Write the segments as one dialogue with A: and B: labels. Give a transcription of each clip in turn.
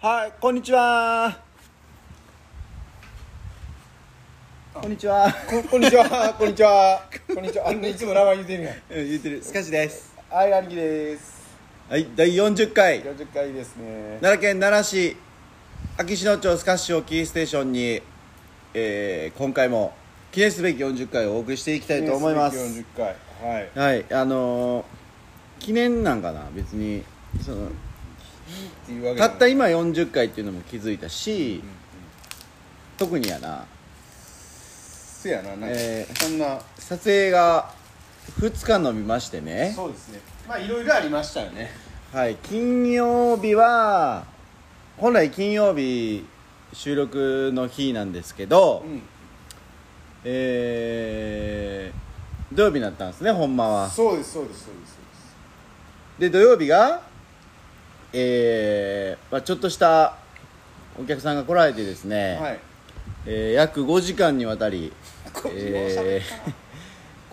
A: はい、こんにちは。こんにちは。
B: ここんにちは、こんにちは、こんにちは。あのいつも名前言うてみない。
A: 言ってる、スカジです。
B: はい、兄貴です。
A: はい、第40回、
B: 四十回ですね。
A: 奈良県奈良市、秋篠町スカッシュをキーステーションに、えー今回も記念すべき40回をお送りしていきたいと思いま
B: 四
A: す
B: 十。回。はい。
A: はい、あのー記念なんかな、別に。その
B: っていうわけ
A: た
B: で。
A: った今40回っていうのも気づいたし、特にやな、
B: せやな、なんか、
A: えー
B: そんな。
A: 撮影が2日伸びましてね。
B: そうですね。まあ、いろいろありましたよね。
A: はい、金曜日は本来金曜日収録の日なんですけど、
B: うん。
A: えー土曜日になったんですねほんまは
B: そうです、そうです、そうです。そうです
A: で土曜日がえーまあ、ちょっとしたお客さんが来られてですね、
B: はい。
A: えー約5時間にわたり、
B: こっちも喋ったな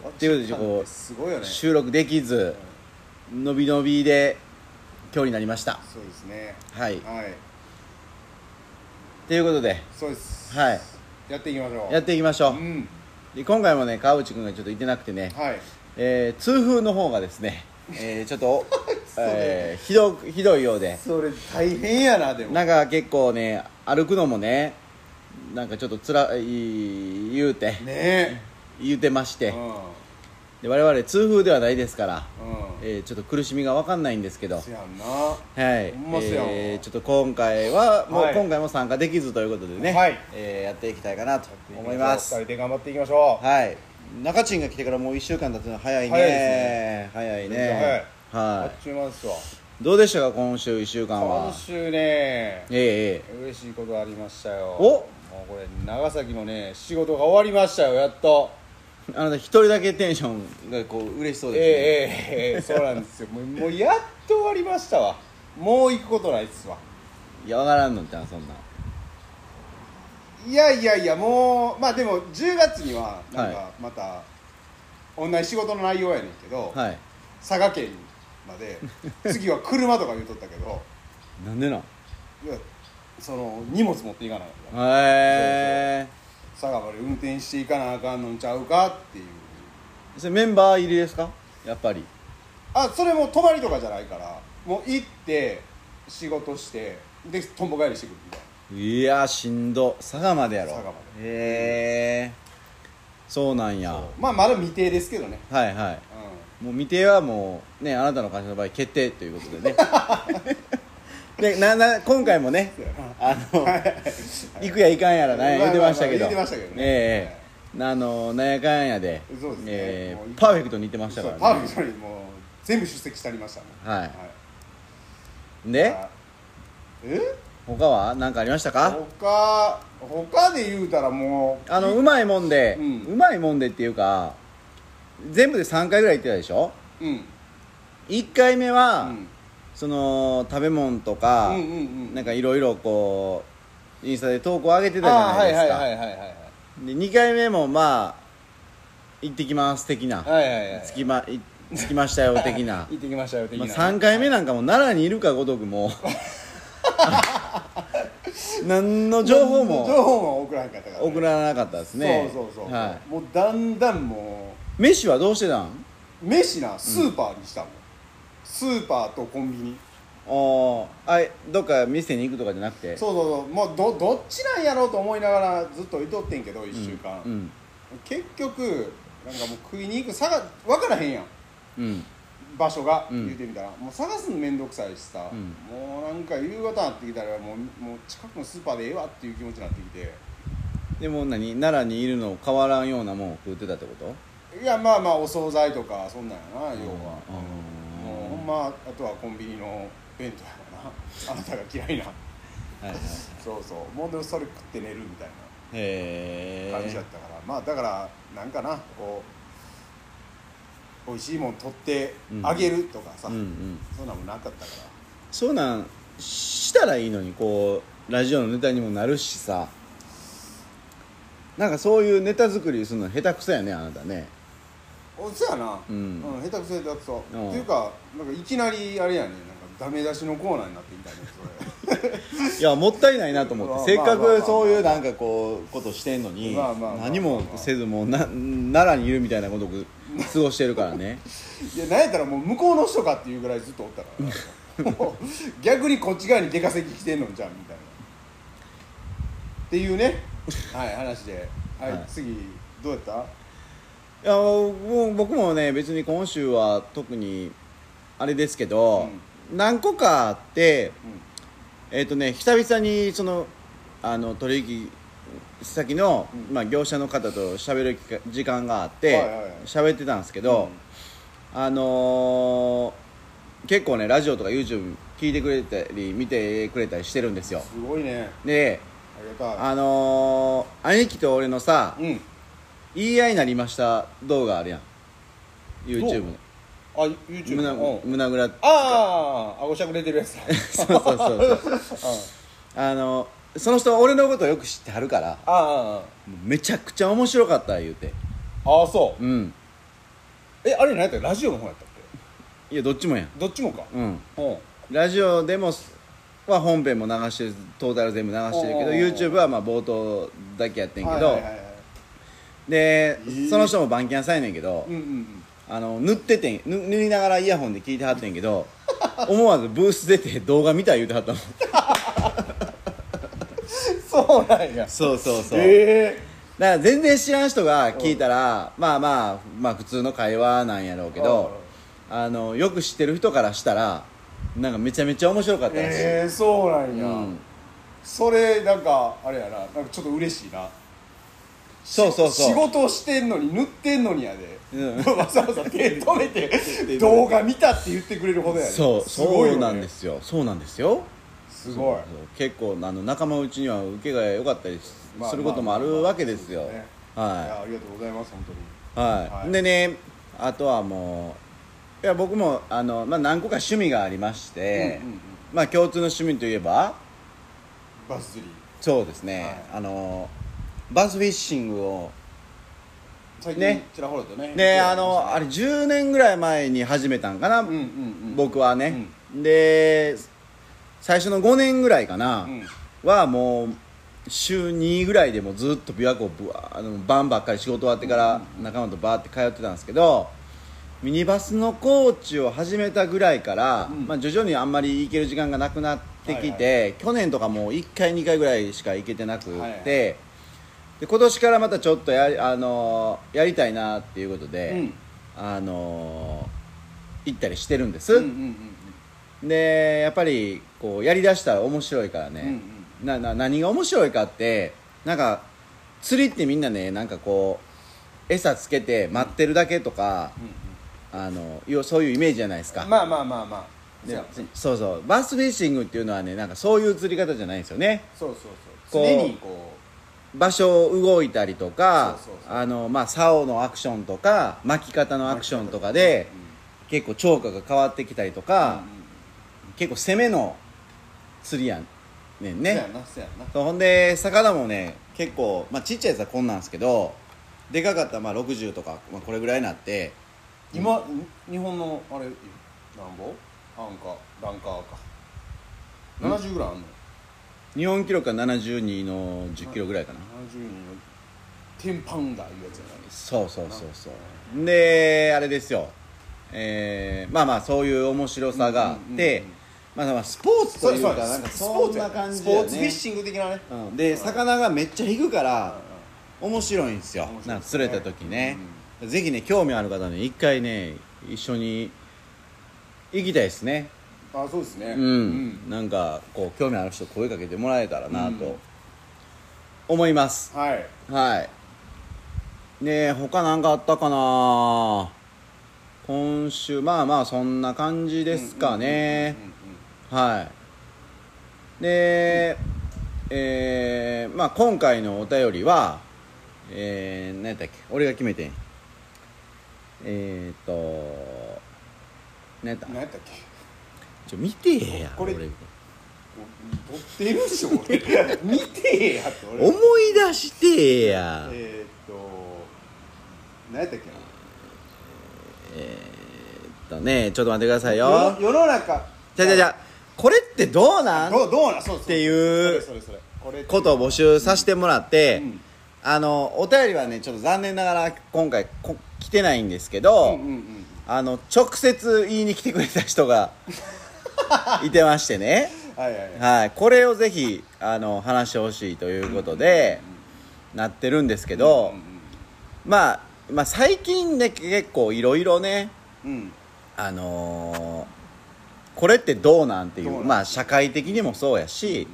B: こっ
A: ということでこう
B: すごいよね。
A: 収録できず伸び伸びで今日になりました
B: そうですね。
A: はい
B: はい。
A: ということで
B: そうです。
A: はい
B: やっていきましょう。
A: やっていきましょう、
B: うん。
A: で今回もね川内君がちょっといてなくてね、
B: はい。
A: えー痛風の方がですね、 えーちょ っと、えーひどくひどいようで
B: それ大変やな、でも。
A: なんか結構ね歩くのもねなんかちょっとつらい言うて
B: ね
A: 言うてまし
B: え。う
A: て
B: ん。
A: で我々痛風ではないですから、
B: うん。
A: えーちょっと苦しみが分かんないんですけど
B: せやんなは
A: はい、
B: ほんまっすよ
A: えーちょっと今回はもう、
B: はい
A: 今回も参加できずということでね、
B: はい
A: えーやっていきたいかなと思います
B: 二人で頑張っていきましょう
A: はい中賃が来てからもう1週間経つの早いね
B: 早いで
A: 早
B: 全
A: い
B: 然早い
A: ね
B: あ
A: は
B: っちゅう間ですわ
A: いどうでしたか今週1週間は
B: 今週ね
A: ええええ
B: 嬉しいことありましたよ
A: お
B: もうこれ長崎のね仕事が終わりましたよやっと
A: あなた一人だけテンションがこう嬉しそう
B: ええ
A: ですね、
B: ええええそうなんですよもうもうやっと終わりましたわもう行くことないっすわ
A: いやわからんのじゃんそんない
B: やいやいやもうまあでも10月にはなんか
A: は
B: また同じ仕事の内容やねんけど、
A: はい
B: 佐賀県まで次は車とか言うとったけど
A: なんでなん
B: いやその荷物持っていかないから
A: へえ
B: 佐賀まで運転していかなあかんのんちゃうかっていう
A: それメンバー入りですかやっぱり
B: あそれも泊まりとかじゃないからもう行って仕事してでとんぼ返りしてくるみたい
A: いやーしんど佐賀までやろ
B: 佐賀ま
A: でへえそうなんや
B: なまあまだ未定ですけどね
A: はいはい
B: うん
A: もう未定はもうねあなたの会社の場合決定ということ でねでなな今回もねあの行くや行かんやらなんや言ってましたけど
B: まあまあまあ言ってましたけどね
A: ええあのなんやかんやで
B: そうですね
A: ええ
B: もう
A: パーフェクトに似てました
B: そう
A: か
B: パー
A: ら
B: フェク
A: ね
B: トにもう全部出席してありましたね
A: はい
B: え
A: で
B: え
A: 他は何かありましたか
B: 他他で言うたらもう
A: あのうまいもんで、う
B: うん
A: まいもんでっていうか全部で3回ぐらい行ってたでしょ
B: うん
A: 1回目は、
B: うん
A: その食べ物とか、
B: うんうんうん
A: なんかいろいろこうインスタで投稿上げてたじ
B: あ
A: ゃ
B: あ
A: な
B: はいい
A: です
B: はい
A: か、
B: はいはいはいはい
A: で2回目もまあ行ってきます的な、
B: はいはいはい
A: つきまいつきました よ的な
B: 行ってきましたよ的
A: ま
B: な
A: あ、3回目なんかも奈良にいるかごとくも う何の情報
B: 情
A: も
B: 報も送らへんかったから、
A: 送
B: ん
A: らなかったですね
B: そうそうそう、
A: は
B: もうだんだんも
A: い、飯はどうしてたんあ
B: う飯なスーパーにしたもん、スーパーとコンビニ
A: ーあいどっか店に行くとかじゃなくて
B: そうそうそうもうどどっちなんやろうと思いながらずっといとってんけど1週間、
A: うん
B: 結局なんかもう食いに行く差が分からへんやん
A: うん
B: 場所が、
A: うん
B: 言うてみたらもう探すの面倒くさいしさ、
A: うん
B: もうなんか夕方になってきたらもうもう近くのスーパーでええわっていう気持ちになってきて
A: でも何奈良にいるの変わらんようなもんを食ってたってこと
B: いやまあまあお惣菜とかそんなんやな要は、
A: うん
B: もうほんまあとはコンビニの弁当やろな あなたが嫌いな
A: はいはい
B: そうそうもうでもそれ食って寝るみたいな
A: へえ
B: 感じだったから、まあだからなんかなこう美味しいもん取ってあげるとかさ、
A: うんうん
B: そんなんもなかったから
A: そうなんしたらいいのにこうラジオのネタにもなるしさなんかそういうネタ作りするの下手くそやねあなた ね
B: おそやな、
A: うん
B: 下手くそ下手くそ、
A: うん
B: っていうかなんかいきなりあれやねなんかダメ出しのコーナーになってみたいねそ
A: いやもったいないなと思
B: まあ
A: ってせっか
B: まあまあ
A: く
B: まあ
A: そういうなんかこうことしてんのに
B: まあまあまあ
A: 何もせずもうな奈良にいるみたいなことを過ごしてるからね
B: いやなんやったらもう向こうの人かっていうぐらいずっとおったからもう 逆にこっち側に出稼ぎ来てんのじゃんみたいなっていうねはい話ではい、
A: はい
B: 次どうやった
A: いやもう僕もね別に今週は特にあれですけど、何個かあってえっ、とね久々にそのあの取引先の、
B: うん
A: まあ、業者の方と喋る機会時間があっ
B: はいはいはい
A: て喋、ってたんですけど、あのー結構ねラジオとか YouTube 聞いてくれたり見てくれたりしてるんですよ
B: すごいね
A: で
B: ありがたい
A: あのー兄貴と俺のさ
B: うん
A: 言い合いになりました動画あるやん YouTube の
B: あ YouTube
A: 胸
B: のうん
A: 胸ぐら
B: あああごしゃくれてるやつだ
A: そうそう そうそうあのその人は俺のことをよく知ってはるから
B: ああ
A: もうめちゃくちゃ面白かった言うて
B: ああそう
A: うん
B: えあれ何やったラジオの方やったっ
A: いやどっちもやん
B: けどっちもか
A: うん
B: うん
A: ラジオでもは本編も流してるトータル全部流してるけ
B: おうおう
A: ど
B: おう
A: YouTube はまあ冒頭だけやってんけど、
B: はいはいはいはい
A: で、
B: ー
A: その人も番犬さんやねんけど、
B: うんうんうん
A: あの塗っててんぬ塗りながらイヤホンで聞いてはってんけど思わずブース出て動画見た言うてはったもん
B: そうなんや
A: そうそうそう、
B: ええ
A: だから全然知らん人が聞いたら、まあまあまあ普通の会話なんやろうけど、あのよく知ってる人からしたらなんかめちゃめちゃ面白かったらしい、
B: ええそうなんや、
A: うん
B: それなんかあれやななんかちょっと嬉しいな
A: そうそうそう
B: 仕事してんのに塗ってんのにやで、
A: う
B: わざわざ手止めて
A: て
B: 動画見たって言ってくれるほどやで
A: そう
B: すごいよね
A: そうなんですよそうなんですよ
B: すごい
A: そうそう結構あの仲間うちには受けが良かったりし
B: まあ
A: することもあるわけですよ
B: まあまあい
A: は
B: やありがとうございます本当に
A: いは
B: はい
A: いでねあとはもういや僕もあの、まあ、何個か趣味がありまして
B: うんうんうん
A: まあ共通の趣味といえば
B: バス釣り
A: そうですねあのバスフィッシングを
B: 最
A: ね
B: ちらほらとね
A: ねあのあれ10年ぐらい前に始めたんかな
B: うんうんうん
A: 僕はねで最初の5年ぐらいかな
B: うん
A: はもう週2ぐらいでもうずっと琵琶湖ぶわあの晩ばっかり仕事終わってから仲間とバーって通ってたんですけどミニバスのコーチを始めたぐらいから、
B: うん
A: まあ、徐々にあんまり行ける時間がなくなってきて、
B: は
A: 去年とかもう1回2回ぐらいしか行けてなくて、
B: はいはい
A: で今年からまたちょっとやり,、あのーやりたいなっていうことで、
B: うん
A: あのー行ったりしてるんです、
B: うんうんうん
A: でやっぱりこうやりだしたら面白いからね、
B: うん
A: なな何が面白いかってなんか釣りってみんなねなんかこう餌つけて待ってるだけとか、
B: うん
A: あのよそういうイメージじゃないですか、
B: まあまあまあまあそう
A: で
B: や
A: そうそうバスフィッシングっていうのはねなんかそういう釣り方じゃないんですよね
B: そうそうそ
A: こ
B: う
A: う
B: 常にこ
A: 場所を動いたりとか
B: そうそうそう
A: あのまあ竿のアクションとか巻き方
B: う
A: のアクションとかで結構釣果が変わってきたりと
B: うんう
A: か
B: ん、
A: 結構攻めの釣りやんねんね
B: そうやなそうやな
A: そうほんで魚もね結構、まあ、ちっちゃいやつはこんなんですけどでかかったらまあ60とか、まあ、これぐらいになって
B: 今日本のあれなんぼアンカランカーか70ぐらいあんの
A: 日本記録が72の10キロぐらいかな
B: 70人のテンパンダいうやつや
A: そうそうそうそうであれですよえー、まあまあそういう面白さがあ
B: うんう
A: っ
B: んうんう
A: て
B: ん
A: まあまあスポーツというか
B: な
A: なんん
B: か
A: か
B: スポ
A: そ
B: ー
A: ん
B: ツや
A: な
B: な
A: 感
B: ス
A: じ
B: ポ
A: だよ
B: ーツフィッ
A: ね
B: シング的なね
A: うんで魚がめっちゃ引くから面白いんですよ
B: 面白いですね
A: なんか釣れた時ね、ぜひね興味ある方ね一回ね一緒に行きたいですね
B: あそうですね
A: うん、なんかこう興味ある人声かけてもらえたらなと思います、
B: はい
A: はいねえ他何かあったかな今週まあまあそんな感じですかね
B: うんうん
A: はいで、えーまあ今回のお便りはえー、何やったっけ俺が決めてんえー、っと何やった
B: うんうん何やったっけ
A: ちょ見てえや
B: これ
A: 俺
B: お撮ってるで しょ俺見てやって俺
A: 思い出してえや
B: えーっと何やったっけな
A: えーっとねちょっと待ってください
B: 世の
A: よ
B: 世の中
A: じゃじゃじゃこれってどうなん
B: どうどうなんそうそう
A: っていう
B: それそれそれこれ
A: ことを募集させてもらって、
B: うん
A: あのお便りはねちょっと残念ながら今回こ来てないんですけ
B: うんう
A: ど、
B: んうん
A: あの直接言いに来てくれた 人がいてましてね、
B: はいはいはい
A: はい、これをぜひあの話してほしいということで、なってるんですけど、まあ、まあ最近ね結構いろいろね
B: うんうん
A: あのーこれってどうなんってい
B: どう
A: う
B: なん
A: まあ社会的にもそうやし、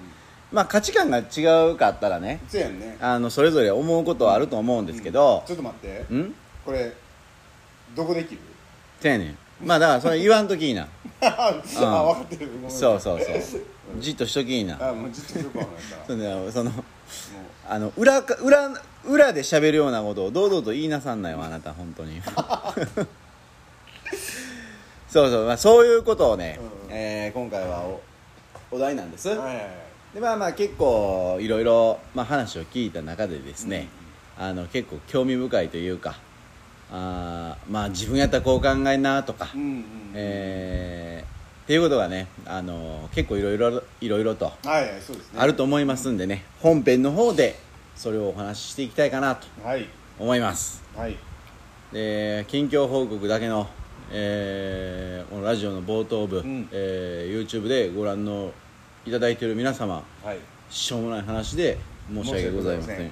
A: まあ価値観が違うかったらね
B: そうやんね
A: あのそれぞれ思うことはあると思うんですけど
B: ちょっと待って
A: うんん
B: これどこで切る
A: てやねんまあだからそれ言わんときいいな
B: あ分かってる ごめん
A: そうそうそうじっとしときいいな
B: あもうずっとよくわかんない から
A: そのその
B: もう
A: あの裏か裏裏で喋るようなことを堂々と言いなさんないよあなた本 当にそうそう、まあ、そういうことをね、
B: うん
A: えー今回はおお題なんです、
B: はいはいはい
A: でまあまあ結構いろいろまあ話を聞いた中でですね、あの結構興味深いというかあーまあ自分やったらこう考えんなとか、
B: うんうん
A: えーっていうことがねあの結構いろいろいろいろと
B: はいはいそうですね
A: あると思いますんでね本編の方でそれをお話ししていきたいかなと
B: はい
A: 思います
B: はい
A: で近況報告だけの、えーこのラジオの冒頭部、
B: ん
A: えー YouTube でご覧のいただいている皆様
B: はい
A: しょうもない話で申し訳ございません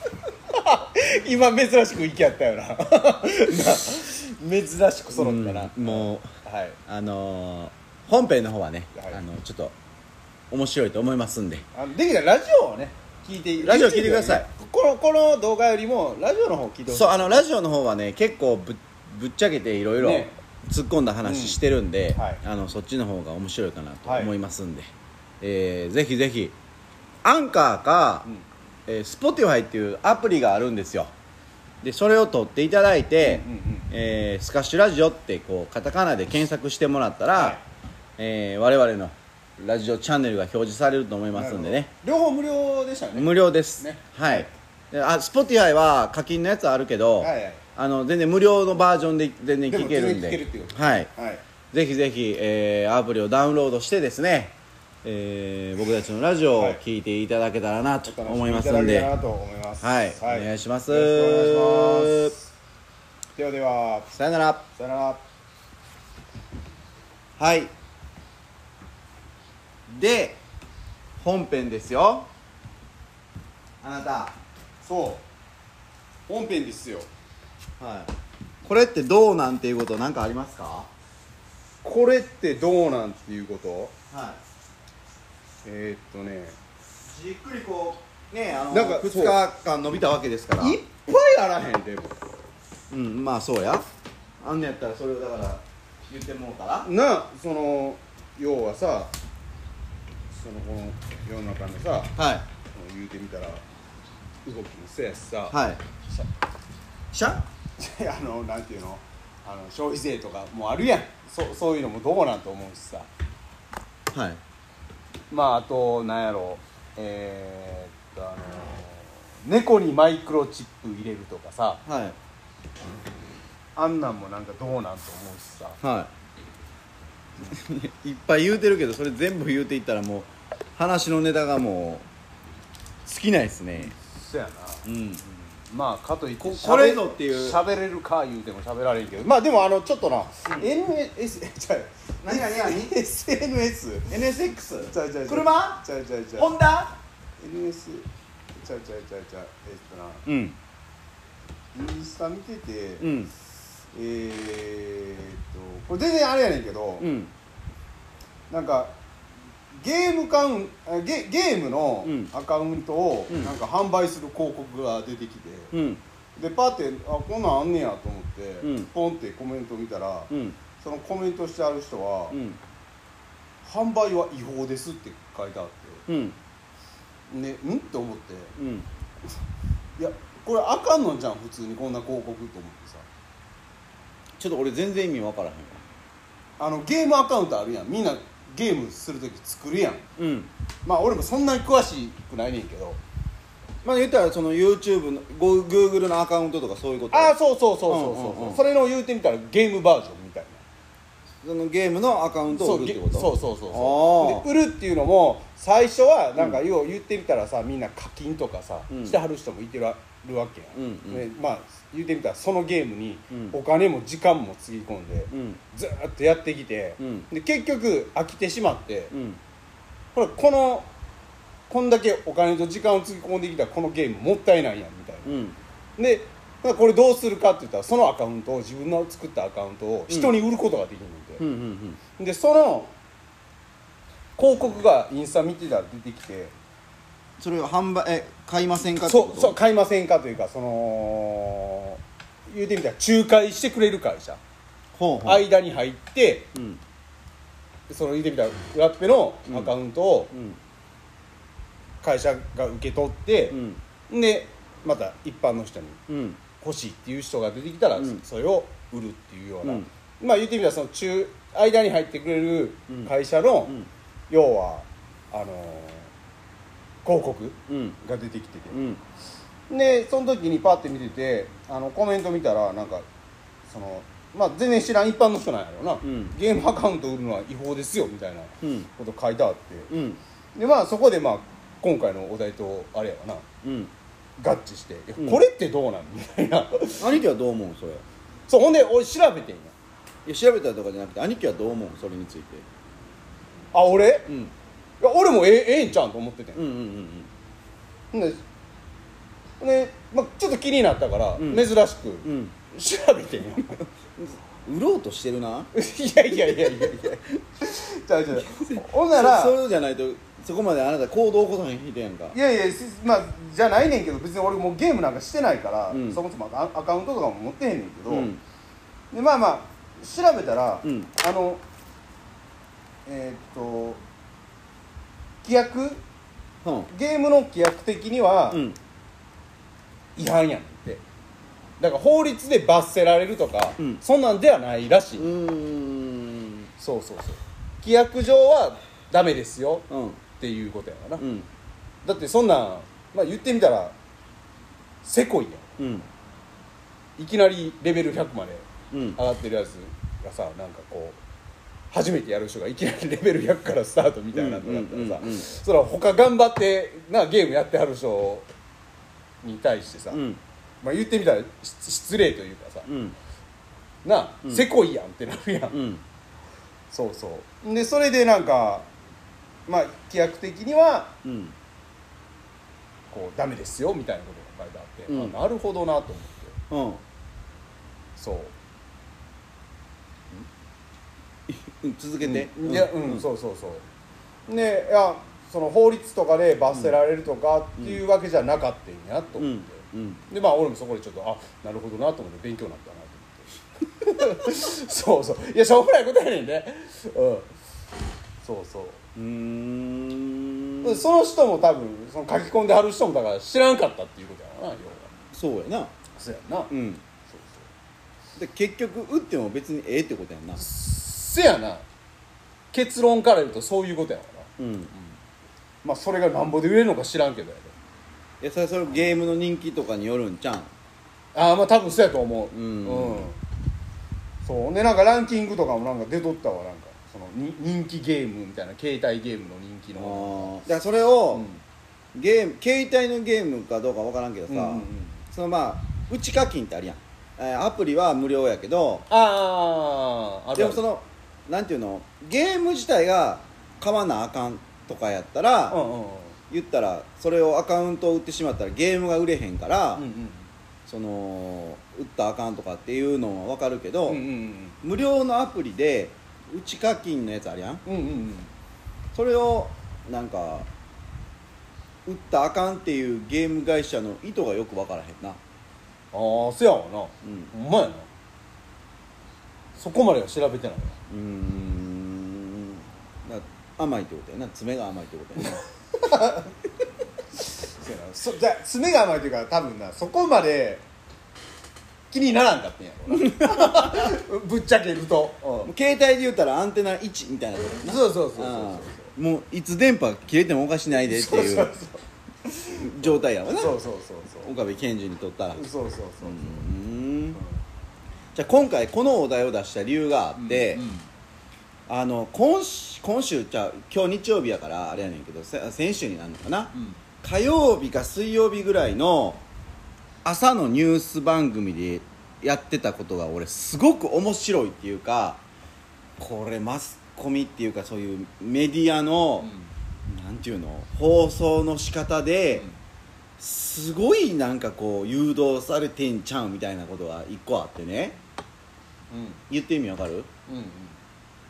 B: 今珍しく行き合ったよな な珍しく揃ったな
A: うんもう
B: はい
A: あのー本編の方はね、
B: はい
A: あのちょっと面白いと思いますんで
B: あのできたらラジオをね聞いて
A: ラジオ聞いてください
B: このこの動画よりもラジオの方を聞いてほしい
A: そうあのラジオの方はね結構ぶぶっちゃけていろいろ
B: ね
A: 突っ込んだ話してるんで、
B: うんはい
A: あのそっちの方が面白いかなと
B: はい
A: 思いますんで、えーぜひぜひアンカーか、
B: うん
A: えー Spotify っていうアプリがあるんですよでそれを取っていただいて、
B: うんうんうん
A: えースカッシュラジオってこうカタカナで検索してもらったら、
B: はい
A: えー我々のラジオチャンネルが表示されると思いますんでね
B: なるほど両方無料でしたね
A: 無料です、
B: ね
A: はいであ Spotify は課金のやつあるけど、
B: はいはい
A: あの全然無料のバージョンで全然聞ける
B: で
A: んで
B: も全然聞けるっていうこと
A: はい、
B: はい
A: ぜひぜひ、えーアプリをダウンロードしてですね、えー僕たちのラジオを聞いていただけたらなと
B: お楽し
A: 思い
B: み
A: ま
B: い
A: す
B: ただ
A: ん
B: け
A: で、
B: たらなと思います
A: はいお願いします
B: よろしくお願いしますではでは
A: さよなら
B: さよなら
A: はいで本編ですよあなた、
B: そう本編ですよ
A: はい、これってどうなんていうこと何かありますか
B: これってどうなんていうこと
A: はい
B: えー、っとね
A: じっくりこうねあの
B: なんか
A: 2日間伸びたわけですから
B: いっぱいあらへんでも
A: うんまあそうやあんねやったらそれをだから言ってもうから
B: なその要はさそのこの世の中のさ
A: はい
B: 言うてみたら動きもそうやしさ、
A: はいしゃ
B: あのなんていうのあの消費税とかもあるやんそそういうのもどうなんと思うしさ
A: はい
B: まああとなんやろえー、っとあの猫にマイクロチップ入れるとかさ
A: はい
B: あんなんもなんかどうなんと思うしさ
A: はいいっ ぱい言うてるけどそれ全部言うていったらもう話のネタがもう尽きないですね
B: そやな
A: うん
B: まあかといって
A: こ
B: 喋
A: これぞっていう
B: 喋れるか言うても喋られんけどまあでもあのちょっとな、NS ちゃう
A: 何何何
B: SNS
A: NSX
B: ちゃうちゃうちゃう
A: 車
B: ちゃうちゃうちゃう
A: ホンダ
B: NS ちゃうちゃうちゃうちゃうえっ
A: うん
B: となインスタ見てて、
A: うん
B: えー、っとこれ全然あれやねんけど、
A: うん
B: なんかゲームカウンあゲゲームの
A: うん
B: アカウントを
A: うん
B: なんか販売する広告が出てきて、
A: うん
B: でパーってあこんなんあんねやと思って、
A: うん
B: ポンってコメント見たら、
A: うん
B: そのコメントしてある人は、
A: うん
B: 販売は違法です」って書いてあっ
A: うん
B: てねうんって思って
A: うん
B: いやこれあかんのじゃん普通にこんな広告と思ってさ
A: ちょっと俺全然意味わからへんわ
B: あのゲームアカウントあるやんみんなゲームする時作るやん
A: うん
B: まあ俺もそんなに詳しくないねんけど
A: まあ言ったらその YouTube のゴ Google のアカウントとかそういうこと
B: ああそうそうそうそうそう,、
A: うんうんうん
B: それの言うてみたらゲームバージョンみたい
A: そのゲームのアカウントを売るってこと
C: そうそうそうそう
A: あ
B: で売るっていうのも最初はなんかよう言ってみたらさみんな課金とかさ、
A: うん
B: してはる人もいてるわるわけや、
A: うんうん
B: でまあ言ってみたらそのゲームに
A: うん
B: お金も時間もつぎ込んで、
A: あうん
B: ずーっとやってきて、
A: うん
B: で結局飽きてしまって、
A: うん
B: ほらこのこんだけお金と時間をつぎ込んできたこのゲームもったいないやんみたいな、
A: うん
B: でまあこれどうするかって言ったらそのアカウントを自分の作ったアカウントを人に売ることができるんで、
A: うんうん
B: でその広告がインスタ見てたら出てきて
A: それを販売え買いませんかってこ
B: そ
A: と
B: うそう買いませんかというかその言うてみたら仲介してくれる会社
A: ほうほう
B: 間に入って
A: うん
B: その言うてみたらラッペのアカウントを
A: うん
B: 会社が受け取って
A: う、ん
B: でまた一般の人に
A: うん
B: 欲しいっていう人が出てきたら、
A: うん
B: それを売るっていうような、
A: うん
B: まあ言うてみたらその中間に入ってくれる会社の、
A: うん
B: 要はあの広告
A: うん
B: が出てきてて、
A: うん
B: でその時にパッて見ててあのコメント見たらなんかそのまあ全然知らん一般の人なんやろうな、
A: ん
B: ゲームアカウント売るのは違法ですよみたいな
A: うん
B: こと書いてあって、
A: うん
B: でまあそこでまあ今回のお題とあれやわな
A: うん
B: 合致して、いや
A: うん
B: これってどうなんみたいな
A: 兄貴はどう思うんそれい
B: そうほんで俺調べてんや
A: や調べたとかじゃなくて兄貴はどう思うんそれについて
B: あ俺
A: うん
B: いや俺もええええんちゃうんと思っててん
A: うんうんうん
B: ほんでほんで、まあ、ちょっと気になったから、
A: ん
B: 珍しく
A: うん
B: 調べてんや
A: うん売ろうとしてるない
B: やいやいやいやいやちゃうちゃう ほんなら
A: そそうじゃないとそこまであなた行動を起こさへん人やんか
B: いやいやしまあじゃないねんけど別に俺もうゲームなんかしてないから、
A: うん
B: そもそもアアカウントとかも持ってへんねんけど、
A: うん
B: でまあまあ調べたら、
A: うん
B: あのえーっと規約
A: うん
B: ゲームの規約的には
A: うん
B: 違反やねんってだから法律で罰せられるとか、
A: うん
B: そんなんではないらしい、
A: うーん
B: そうそうそう規約上はダメですよ
A: うん
B: っていうことやからな、
A: うん
B: だってそんなん、まあ、言ってみたらせこいやん
A: うん
B: いきなりレベル100まで
A: う
B: 上
A: ん
B: がってるやつがさなんかこう初めてやる人がいきなりレベル100からスタートみたいなのだったらさ、
A: うんうんうんうん
B: そら他頑張ってなゲームやってはる人に対してさ、
A: うん
B: まあ、言ってみたらし失礼というかさ
A: うん
B: な、
A: うん
B: せこいやんってなるやん、
A: うん
B: そうそうでそれでなんかまあ規約的には
A: うん
B: こうダメですよみたいなことが書いてあって、
A: うん
B: あなるほどなと思って
A: うん
B: そう
A: うん続けて
B: うんいやうん、そうそうそうねいやその法律とかで罰せられるとかっていうわけじゃなかったんやと
A: う
B: 思っ
A: ん
B: て、
A: うん
B: でまあ俺もそこでちょっとあなるほどなと思って勉強になったなと思って そうそういやしょうもないことやねんねうんそうそう
A: うーん
B: でその人も多分その書き込んではる人もだから知らんかったっていうことやな要は
A: そうやな
B: そうやんな、
A: うん
B: そう
A: で結局打っても別にええってことやんな
B: そうせやな結論から言うとそういうことやわな
A: うん
B: まあそれがなんぼで売れるのか知らんけどやで
A: いやそれそれゲームの人気とかによるんちゃうん
B: ああまあ多分そうやと思う
A: う
B: うんそうでなんかランキングとかもなんか出とったわなんかそのに人気ゲームみたいな携帯ゲームの人気の
A: ああだからそれを
B: うん、
A: ゲーム携帯のゲームかどうかわからんけどさ、
B: うんうんうん
A: そのまあ内課金ってあるやん、えーアプリは無料やけど
B: ああある
A: で
B: あ
A: も
B: る
A: そのなんていうのゲーム自体が買わなあかんとかやったら、
B: うんうん
A: 言ったらそれをアカウントを売ってしまったらゲームが売れへんから、
B: うんうん
A: その売ったらあかんとかっていうのはわかるけど、
B: うんうん
A: 無料のアプリで内課金のやつあるやん
B: うんうんうんうん
A: それをなんか売ったらあかんっていうゲーム会社の意図がよくわからへんな
B: ああせやわな、
A: ん
B: ほんまやなそこまでは調べてないう
A: ーんだ甘いってことやな爪が甘いってことやな
B: せやなそじゃあ爪が甘いというか多分なそこまで 気にならんかったんやろうなぶっちゃけると、
A: もう携帯で言ったらアンテナ1みたいなことやな
B: そうそうそうそうそう
A: うんもういつ電波切れてもおかしないでってい
B: そううそう
A: 状態やわな
B: そうそうそうそう
A: 岡部健二にとったらう
B: そうそうそうそう
A: ーんじゃあ今回このお題を出した理由があって、
B: うん
A: あの今週今週じゃあ今日日曜日やからあれやねんけどせ先週になるのかな、
B: うん
A: 火曜日か水曜日ぐらいの朝のニュース番組でやってたことが俺すごく面白いっていうかこれマスコミっていうかそういうメディアの、なんていうの放送の仕方で、すごいなんかこう誘導されてんちゃうみたいなことが一個あってね
B: うん
A: 言って意味わかる
B: うんうん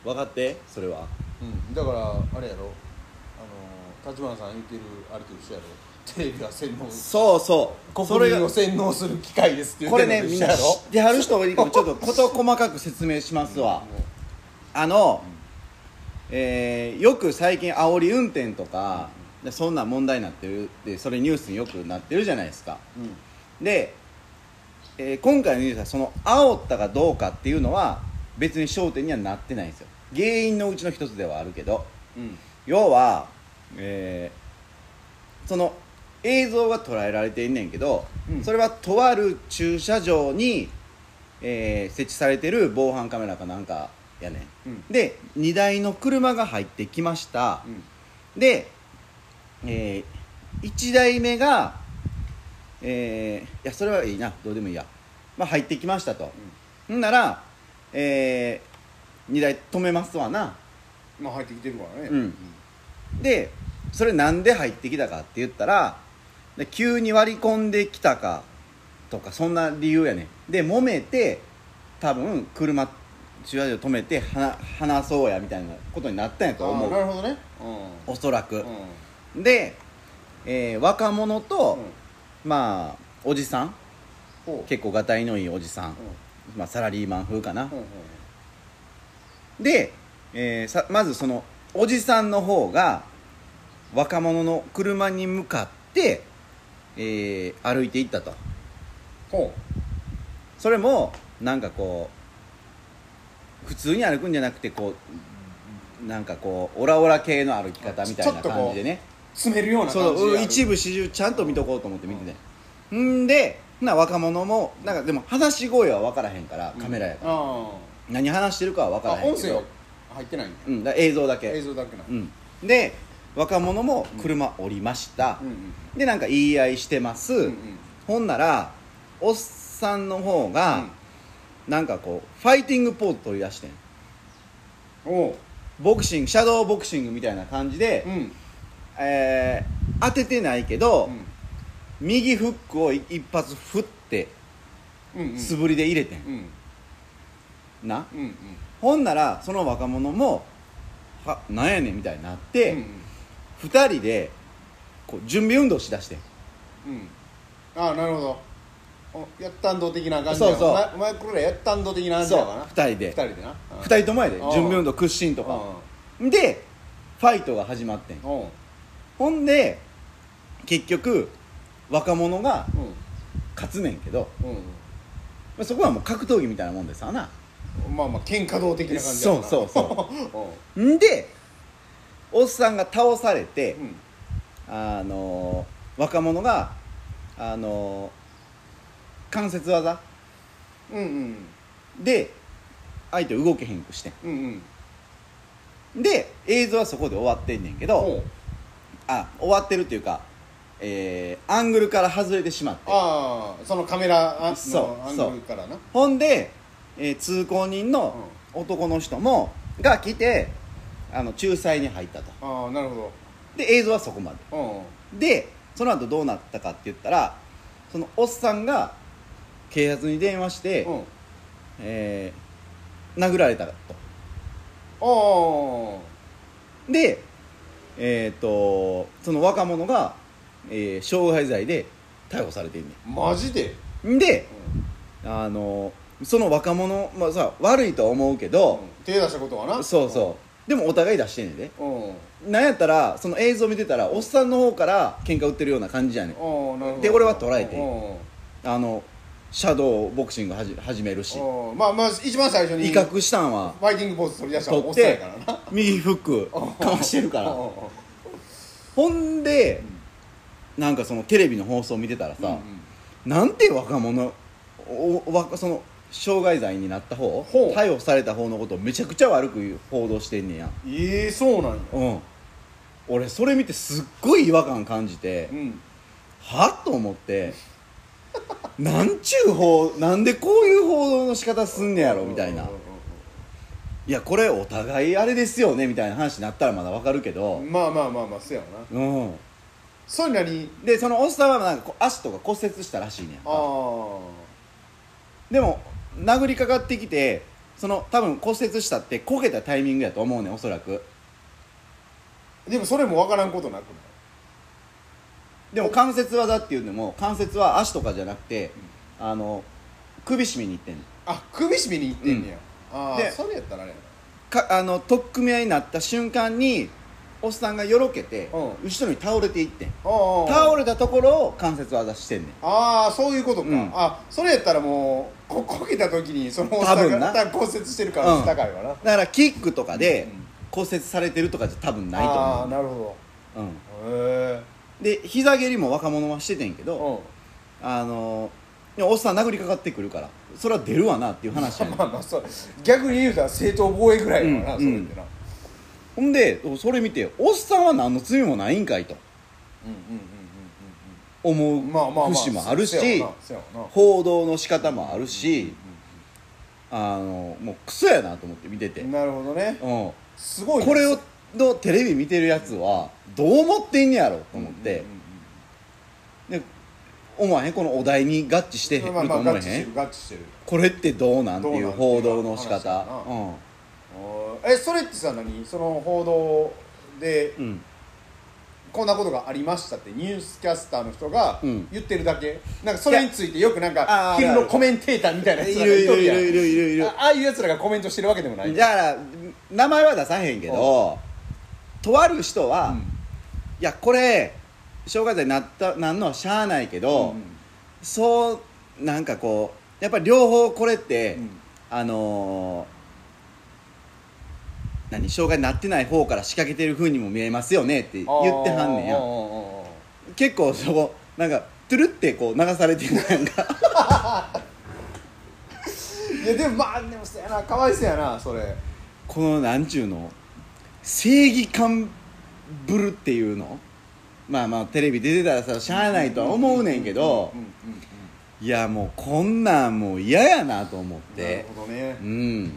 A: 分かってそれは
B: うんだからあれやろあの立花さん言ってるあれと一緒やろテレビは洗脳
A: そうそうそ
B: 国
A: れ
B: 民
A: が
B: を洗脳する機会ですって言
A: こ
B: って
A: れ
B: る
A: ね
B: のと
A: み
B: 一
A: ん
B: 緒
A: な
B: や
A: 知
B: ろ
A: ってはる人がいるからちょっと事細かく説明しますわあの、えーよく最近煽り運転とか、でそんな問題になってるでそれニュースによくなってるじゃないですか
B: うんうん
A: で、えー今回のニュースはその煽ったかどうかっていうのは別に焦点にはなってないんですよ原因のうちの一つではあるけど
B: うん
A: 要は、えーその映像が捉えられていんねんけど、
B: うん
A: それはとある駐車場に、えー設置されてる防犯カメラかなんかやね
B: う
A: ん、
B: ん
A: で荷台の車が入ってきました、
B: うん
A: で、え1台目が、えーいやそれはいいなどうでもいいや、まあ、入ってきましたと、ほんなら、え2台止めますわな
B: まあ入ってきてるからね
A: うんでそれなんで入ってきたかって言ったらで急に割り込んできたかとかそんな理由やねんで揉めて多分車駐車場止めては話そうやみたいなことになったんやと
B: あ
A: 思
B: あな
A: う
B: るほどねうん
A: おそらく
B: う、ん
A: で、えー若者と、まあおじさん
B: ほう
A: 結構がたいのいいおじさん、まあ、サラリーマン風かな、
B: うんうん
A: で、えーさまずそのおじさんの方が若者の車に向かって、えー歩いていったと
B: ほ
A: それもなんかこう普通に歩くんじゃなくてこうなんかこうオラオラ系の歩き方みたいな
B: ちょっとこう
A: 感じでね
B: う詰めるような
A: そ
B: 感じでや
A: う
B: る
A: 一部始終ちゃんと見とこうと思って見ててんでほな若者もなんかでも話し声は分からへんからカメラやから、
B: あ
A: 何話してるかは分
B: ああ
A: からへん
B: 音
A: け
B: 声
A: ど
B: は入ってないんだ
A: うん、だから映像だけ
B: 映像だけなの
A: うん、で若者も車降りました
B: う、ん
A: でなんか言い合いしてます、
B: うんうんうん
A: ほんならおっさんの方
B: う
A: が
B: ん、
A: なんかこうファイティングポーズ取り出してん
B: おう
A: ボクシングシャドーボクシングみたいな感じで、
B: うん
A: えー当ててないけど、
B: うん
A: 右フックを一発振って
B: うんうん
A: 素振りで入れてん
B: う、ん
A: な
B: うんうん
A: ほんならその若者も「はなんやねん」みたいになって、
B: うん
A: 二人でこう準備運動しだしてん
B: うんああなるほどおやったんど的な感じ
A: そうそう
B: お前お前これやったんど的な感じ
A: そう
B: やからな
A: 二人で
B: 二人でな
A: 二人ともやで
B: うん
A: 準備運動屈伸とかでファイトが始まってん
B: うんうん
A: ほんで結局若者が勝つねんけど
B: うん
A: まあそこはもう格闘技みたいなもんでさな
B: うんまあまあ喧嘩道的な感じやからな
A: そうそうんでおっさんが倒されて
B: うんうん
A: あのー若者があのー関節技
B: うんうん
A: で相手動けへんくして
B: うんうん
A: んで映像はそこで終わってんねんけど、
B: おう
A: あ終わってるっていうか、えーアングルから外れてしまって
B: ああそのカメラあ
A: そう
B: のアングルからな
A: ほんで、えー通行人の男の人もが来てあの仲裁に入ったと
B: ああなるほ
A: で映像はそこまで
B: どうん
A: でその後どうなったかって言ったらそのおっさんが警察に電話して、
B: うん
A: えー殴られたと
B: おう
A: でえっ、とその若者が、えー傷害罪で逮捕されてんね
B: マジで
A: んんで
B: うん
A: あのその若者、まあ、さ悪いとは思うけど、
B: 手出したことはな
A: そうそうでもお互い出してんねんで
B: うん
A: なんやったらその映像見てたらおっさんの方から喧嘩売ってるような感じやねん
B: おなるほど
A: で俺は捉えて
B: うん
A: あのシャドーボクシングはじ始めるし
B: うんまあまあ一番最初
A: 威
B: にフ
A: 嚇したんは
B: ァイティングポーズ取り出したの
A: 取
B: お
A: っ
B: っさんや
A: て
B: からな
A: 右フックかましてるから
B: うんうん
A: ほんでなんかそのテレビの放送見てたらさ、なんて若者おわその傷害罪になった方
B: ほう
A: 逮捕された方のことをめちゃくちゃ悪く言う報道してんねや
B: ええそうなんや
A: うん俺それ見てすっごい違和感感じて
B: うん
A: はと思ってなんちゅう報なんでこういう報道の仕方すんねやろみたいな
B: うんうん
A: いやこれお互いあれですよねみたいな話になったらまだわかるけ
B: うん
A: ど
B: うんまあまあまあまあそうやわな
A: うん
B: それなり
A: でそのおっさんはなんかこう足とか骨折したらしいねん
B: ああ
A: でも殴りかかってきてその多分骨折したって焦げたタイミングやと思うねんおそらく
B: でもそれもわからんことなくない
A: でも関節技っていうのも関節は足とかじゃなくて、あの首絞めにいってんの
B: あ首絞めに行ってんねや、ああ
A: で
B: それやったらね
A: かあの取っ組み合いになった瞬間におっさんがよろけて、
B: う
A: 後ろに倒れていってん
B: ああ
A: 倒れたところを関節技してんねん
B: ああそういうことか、
A: うん
B: あそれやったらもうここけた時にそのおっさ
A: 多
B: ん
A: 分
B: が
A: な
B: 多分骨折してる可能性高いわな、
A: だからキックとかで
B: うん
A: 骨折されてるとかじゃ多分ないと
B: ああ
A: 思
B: なるほ
A: う、うん、
B: どへえ
A: で膝蹴りも若者はしててんけど、
B: う
A: あのいやおっさん殴りかかってくるからそれは出るわなっていう話やね
B: ん
A: ん
B: まあまあそう逆に言うたら正当防衛ぐらいやからな、
A: うん
B: それってな、
A: ほんでそれ見ておっさんは何の罪もないんかいと
B: うん、うんうん
A: 思う
B: うんうんまあまあまあ
A: 節もある
B: そう
A: し
B: やわなそうやわな
A: 報道の仕方もあるしあのもうクソやなと思って見てて、
B: う
A: うんん、
B: なるほどね
A: こ
B: すごい
A: れをのテレビ見てるやつはどう思ってんねやろと思って
B: うんうんうん
A: で思わへんこのお題に合致してると
B: まあ
A: 思
B: まあ合
A: え
B: 致して
A: へ
B: る
A: ん
B: 合致してる
A: これってどうなんって
B: どう
A: い
B: な
A: うん
B: っていう
A: 報道の仕
B: 話や
A: 方
B: なおーえそれってさ何その報道で
A: うん、うん
B: こんなことがありましたってニュースキャスターの人が
A: うん
B: 言ってるだけ、なんかそれについてよくなんか
A: あー
B: 昼
A: ある
B: の
A: ある
B: コメンテーターみたいなやつ
A: い
B: らが
A: るい
B: いと
A: る
B: る
A: い
B: やん
A: るいるいるいる
B: あああいうやつらがコメントしてるわけでもない
A: だから名前は出さへんけどとある人は、
B: うん
A: いやこれ障害罪になったなんのはしゃあないけど、
B: うん
A: そうなんかこうやっぱり両方これって、
B: うん
A: あのー何障害になってない方から仕掛けてる風にも見えますよねって言ってはんね
B: あ
A: ん
B: ーあー
A: や
B: あー
A: 結構そこなんかトゥルってこう流されてるなん か
B: あーいやでもまあでもそうやなかわいそうやなそれ
A: このなんちゅうの正義感ぶるっていうのまあまあテレビ出てたらさしゃあないとは思うねんけど
B: うんうんうんうん
A: いやもうこんなんもう嫌やなと思っ
B: なる
A: て
B: ほどね
A: うん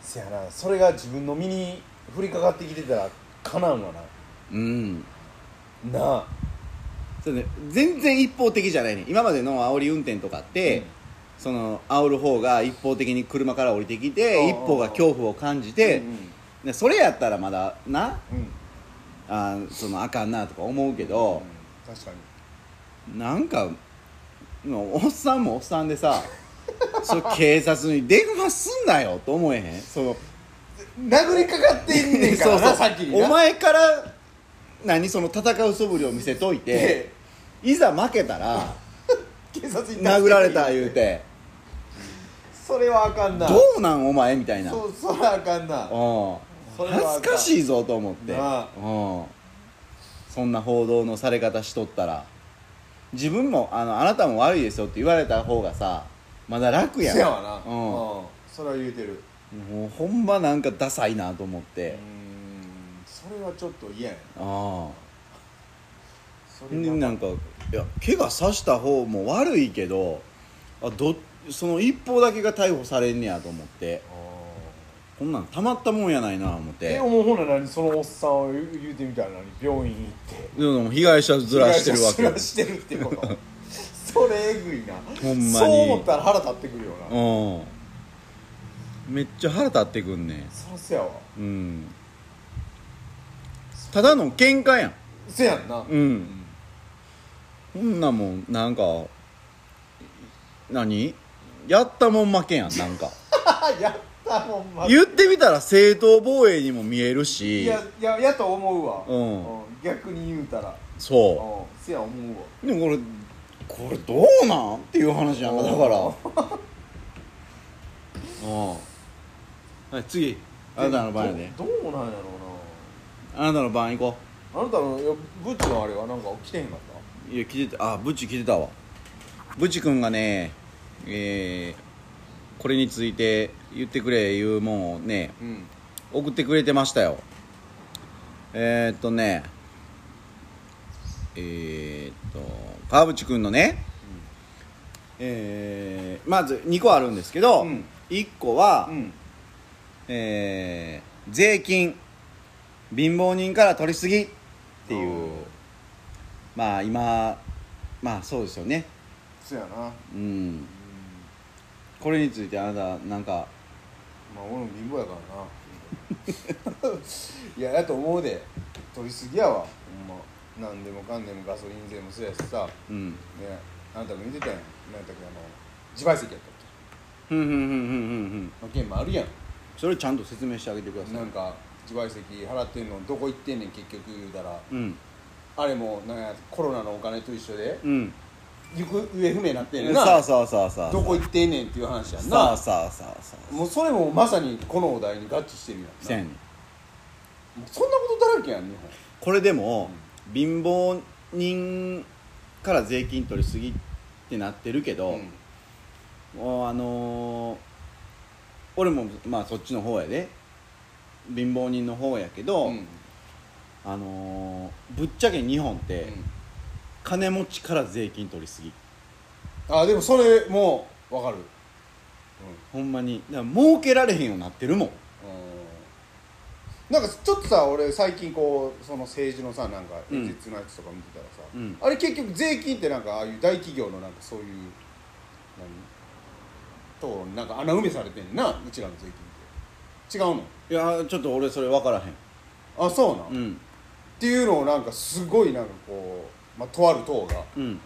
B: せやなそれが自分の身に降りかかってきてたらかなうわな
A: うん
B: なあ
A: そうね全然一方的じゃないね今までの煽り運転とかって、
B: うん
A: その煽る方が一方的に車から降りてき
B: ああ
A: て一方が恐怖を感じて、
B: うん
A: でそれやったらまだな
B: うんうん
A: あーそのあかんなとか思うけど、
B: うん確かに
A: なんかもうおっさんもおっさんでさ そう警察に電話すんなよと思えへんその
B: 殴りかかってんねんか
A: そ
B: ら
A: うそ
B: な
A: う
B: さっきにな
A: お前から何その戦う素振りを見せといて
B: で
A: いざ負け たら
B: 警察に
A: 殴られた言うて
B: それはあかんな
A: どうなんお前みたいな
B: そうそれはあかんなそ
A: うん
B: れはあかん
A: 恥ずかしいぞと思って
B: なあ
A: うんそんな報道のされ方しとったら自分もあのあなたも悪いですよって言われた方がさまだ楽やん
B: せやわな
A: うん
B: うんそれは言うてる
A: もうほんまなんかダサいなと思っ
B: うー
A: て
B: んそれはちょっと嫌やな
A: あ
B: そ
A: あ
B: れ
A: んなんかいや怪我さした方も悪いけどあどその一方だけが逮捕されんねやと思って
B: あー
A: こんなんたまったもんやないな思って
B: えもうほんなら何そのおっさんを言う言うてみたら何病院行って
A: でも被害者ずらしてるわけ
B: ずらしてるってこと それえぐいな
A: ほんまに
B: そう思ったら腹立ってくるよな
A: うんめっちゃ腹立ってくんね
B: そうせやわ
A: んうんただの喧嘩やん
B: せやんな
A: うんこんなもんなんか何やったもん負けやんなんか
B: あやったほんま
A: 言ってみたら正当防衛にも見えるし
B: いやいややと思うわ、ん
A: うん
B: 逆に言うたら、う
A: そ
B: ん、せや思うわ
A: うでもこれこれどうなんっていう話やんかだ からうんはい次あなたの番やで
B: どうどうなんやろ
A: あなたの番行こ
B: うなあなたのいやブッチのあれはなんか来てへんかっ
A: ういや来てたあブチ来てたわブチ君がねえーこれについて言ってくれいうもんをね
B: うん
A: 送ってくれてましたよえー、っとねえー、っと川淵君のね、えーまず2個あるんですけど、
B: うん
A: 1個は、
B: うん
A: えー税金貧乏人から取りすぎっていうまあ今まあそうですよね
B: そやな、まあ、
A: うんこれについてあなたなんか
B: 俺も貧乏やからな いややと思うで取りすぎやわほんま何でもかんでもガソリン税もそうやしさね
A: うん
B: あんたも言ってたやん何やったっけあの自賠責やったっ
A: ふんふんふんふんふんふん
B: けの件もあるやん
A: それちゃんと説明してあげてください
B: なんか自賠責払ってんのどこ行ってんねん結局言うたら
A: うん
B: あれもなんやコロナのお金と一緒で
A: うん
B: 行方不明になってんねんな
A: さあさあさあさあ
B: どこ行ってんねんっていう話やん
A: さ
B: な
A: あさあさあさあ
B: もうそれもまさにこのお題に合致してるやんな
A: せやねん
B: もうそんなことだらけやん日
A: これでも、貧乏人から税金取りすぎってなってるけど、
B: 本うん
A: もうあのー俺もまあそっちの方やで貧乏人の方やけど、
B: うん
A: あのーぶっちゃけ日本って、金持ちから税金取りすぎ
B: あでもそれもわかる
A: ほんまにだから儲けられへんようになってるもん
B: うん、なんかちょっとさ俺最近こうその政治のさなんか
A: うん
B: 演説のやつとか見てたらさ、
A: うん
B: あれ結局税金ってなんかああいう大企業のなんかそういう何となんか穴埋めされてんなうちらの税金って違うの
A: いやちょっと俺それ分からへ
B: あそうなん、
A: んう
B: っ
A: ん
B: ていうのをなんかすごいなんかこう、まあ、とある党が
A: うん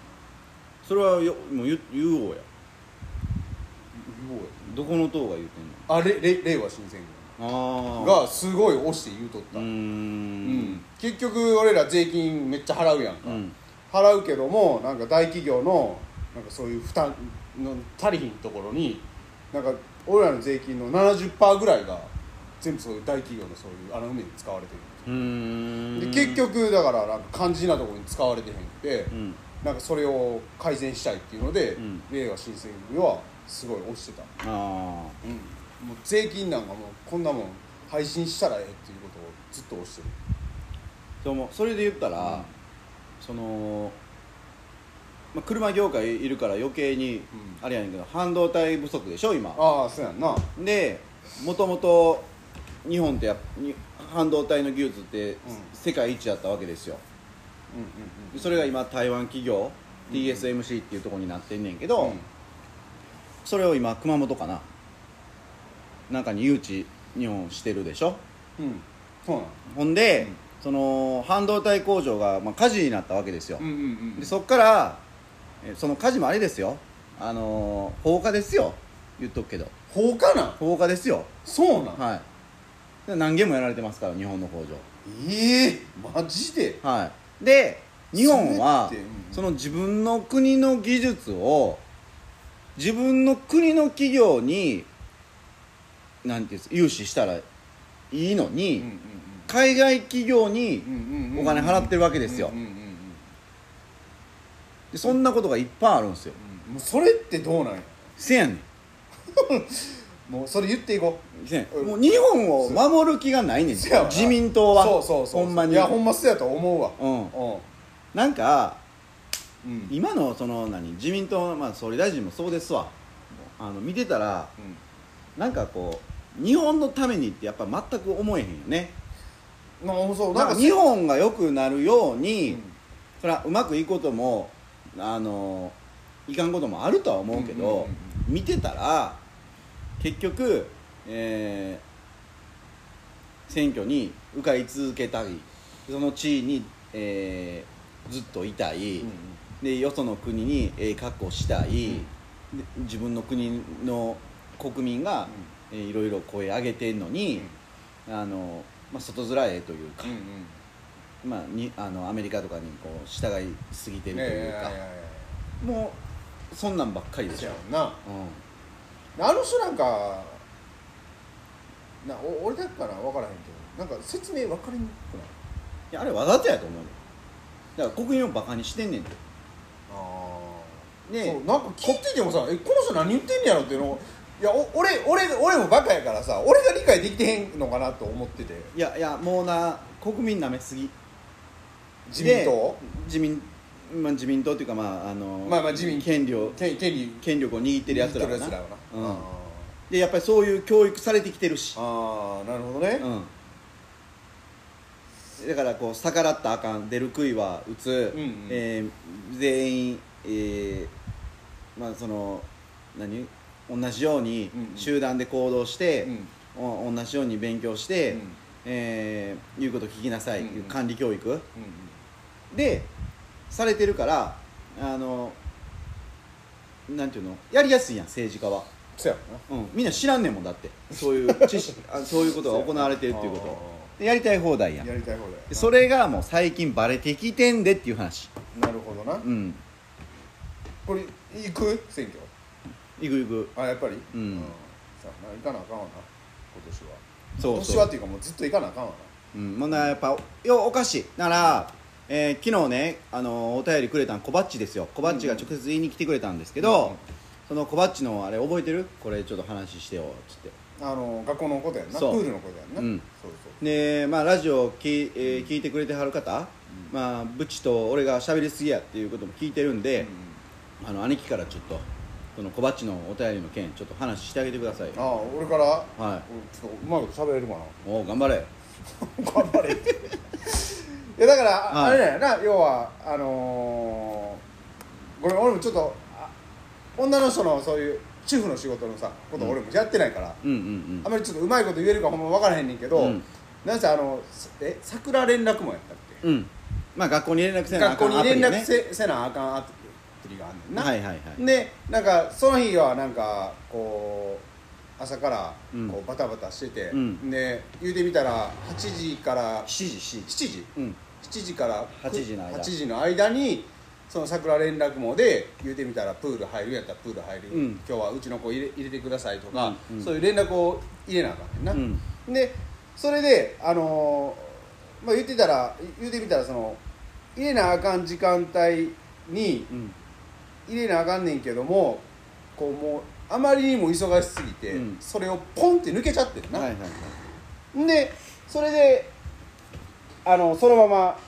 A: それはよもう言言おうやどこの党が言うてんの
B: あれれ令和新選
A: あ
B: 組
A: あ
B: がすごい押して言うとった、
A: うー
B: うんん結局俺ら税金めっちゃ払うやんか、
A: うん
B: 払うけどもなんか大企業のなんかそういう負担の足りひんところになんか俺らの税金の70%ぐらいが全部そういう大企業のそういう穴埋めに使われて
A: うーん
B: るで結局だからなんか肝心なところに使われてへんくて、
A: うん
B: なんかそれを改善したいっていうので、
A: ん
B: 令和新選組はすごい推してた、
A: あ
B: う
A: あ
B: ん、もう税金なんかもうこんなもん配信したらええっていうことをずっと推してる
A: そうもそれで言ったら、
B: うん
A: その、まあ、車業界いるから余計に
B: う
A: あれやねんけど半導体不足でしょ今
B: ああそうやんな
A: でもともと日本ってやっに半導体の技術って世界一だったわけですよ
B: うんうん
A: でそれが今台湾企業 TSMC っていうところになってんねんけど、
B: うん
A: それを今熊本かななんかに誘致日本してるでしょ
B: うんうんそうなん
A: ほんで、
B: うん
A: その半導体工場が、まあ、火事になったわけですよ、
B: うんうんうん
A: でそっからえその火事もあれですよあのー放火ですよ言っとくけど
B: 放火なん
A: 放火ですよ
B: そうなん
A: はいで何件もやられてますから日本の工
B: ええマジで
A: 場はいで日本は
B: それってうん
A: その自分の国の技術を自分の国の企業になんていうんです融資したらいいのに、
B: うん
A: 海外企業に
B: うんうんうん
A: お金払ってるわけですよ
B: うんうんうんうん
A: でそんなことがいっぱいあるんですよ
B: もうそれってどうなんや
A: せやね
B: もうそれ言っていこ
A: んせやねん
B: うん
A: もう日本を守る気がないねん
B: うせやわな
A: 自民党は
B: そうそうそう
A: ほんまに
B: いやほんまそうやと思うわ
A: なんか
B: うんうんうん
A: 今のその何自民党の、まあ、総理大臣もそうですわあの見てたらなんかこう日本のためにってやっぱ全く思えへんよね
B: なんかそうな
A: な
B: んん
A: か
B: か
A: 日本が良くなるように、
B: うん
A: それはうまくいくこともあのいかんこともあるとは思うけど、
B: うんうんうん
A: 見てたら結局、えー選挙に受かり続けたりその地位に、えーずっといたい、
B: うん
A: でよその国にええ格好したい、で自分の国の国民が、えーいろいろ声上げてんのに、あのまあ、外面ええというか
B: うんうん
A: まあ、にあのアメリカとかにこう従いすぎて
B: うん
A: る
B: い
A: と
B: やいや
A: い
B: いう
A: か、
B: やいや
A: もうそんなんばっかりで
B: そ
A: し
B: う
A: ょ
B: や、んな
A: う
B: あの人なんかなお俺だったら分からへんけどなんか説明分かりにくくない
A: ん、いやあれわざとやと思うよだから国民をバカにしてんねんて
B: ああ
A: ね
B: そうなんか聞いててもさえこの人何言ってんねやろっていうのいやお俺俺俺もバカやからさ俺が理解できてへんのかなと思ってて
A: いやいやもうな国民なめすぎ
B: 自民
A: で
B: 党
A: 自民,、まあ、自民党っていうかまああの
B: まあまあ自民
A: 権力
B: 権権利
A: 権力を握ってるやつら
B: 握
A: が
B: って
A: な
B: るやつらはな
A: うん
B: あ
A: でやっぱりそういう教育されてきてるし、
B: ーあーなるほどね、
A: うん、だからこう逆らったらあかん出る杭は打つ、
B: うんうん
A: えー全員、えーまあその何同じように
B: うんうん
A: 集団で行動して、
B: うん
A: お同じように勉強して、
B: うん
A: えー言うこと聞きなさい、
B: うんうん
A: 管理教育
B: うん
A: でされてるからあのなんていうのやりやすいやん政治家は、
B: そや
A: うん、みんな知らんねんもんだってそういう知識あそういうことが行われてるっていうこ
B: そうやな
A: とでやりたい放題
B: ろ
A: やん
B: なやりたい方だよ
A: でそれがもう最近バレてきてんでっていう話
B: ななるほどな、
A: うん
B: これ行く選挙
A: いくいく
B: あやっぱり
A: うん
B: さあな行かなあかんわな今年は
A: そ
B: 今
A: う
B: 年
A: そ
B: はっ
A: う、
B: ていうかもうずっと行かなあかんわな
A: うん、もうなやっぱようおかしいだから、えー昨日ね、あのーお便りくれたんコバッチですよコバッチが直接言いに来てくれたんですけど、
B: うんうん
A: そのコバッチのあれ覚えてるこれちょっと話してよっつって
B: あの学校のことやんなプ
A: そう
B: ールのことやんな、
A: うん
B: そうそう
A: でまあラジオをき、えー聞いてくれてはる方、まあブチと俺が喋りすぎやっていうことも聞いてるんで、あの兄貴からちょっとそのコバッチのお便りの件ちょっと話してあげてください
B: ああ俺から、
A: は
B: うんちょっとうまいこと喋れるかな
A: おお頑張れ
B: 頑張れいやだから、
A: はい
B: あれだよな要はあのー、ごめん俺もちょっとあ女の人のそういう主婦の仕事のさこと俺もやってないから、
A: うんうんうん
B: あんまりちょっとうまいこと言えるかほんま分からへんねんけど、
A: うん
B: なんせあのすえ桜連絡もやったっけ
A: うんまあ学校に連絡せなあ
B: 学
A: か
B: 校
A: んア
B: に
A: プ
B: 連
A: リね
B: 絡せ,、せなあかんアプリがあんねんな、
A: はいはいはい
B: でなんかその日はなんかこう朝から
A: うん
B: こうバタバタしてて、
A: うん
B: で言うてみたら8時から7
A: 7時7時
B: 時
A: うん
B: 7時から
A: 8時の間
B: 8時の間にその桜連絡網で言うてみたらプール入るやったらプール入る、
A: うん
B: 今日はうちの子入れ入れてくださいとか、
A: うんうん
B: そういう連絡を入れなあかんねんな、
A: うん
B: でそれであのーまあ言ってたら言うてみたらその入れなあかん時間帯に
A: うん
B: 入れなあかんねんけどもこうもうあまりにも忙しすぎて、
A: うん
B: それをポンって抜けちゃってるな、
A: はいはいはい
B: でそれであのそのまま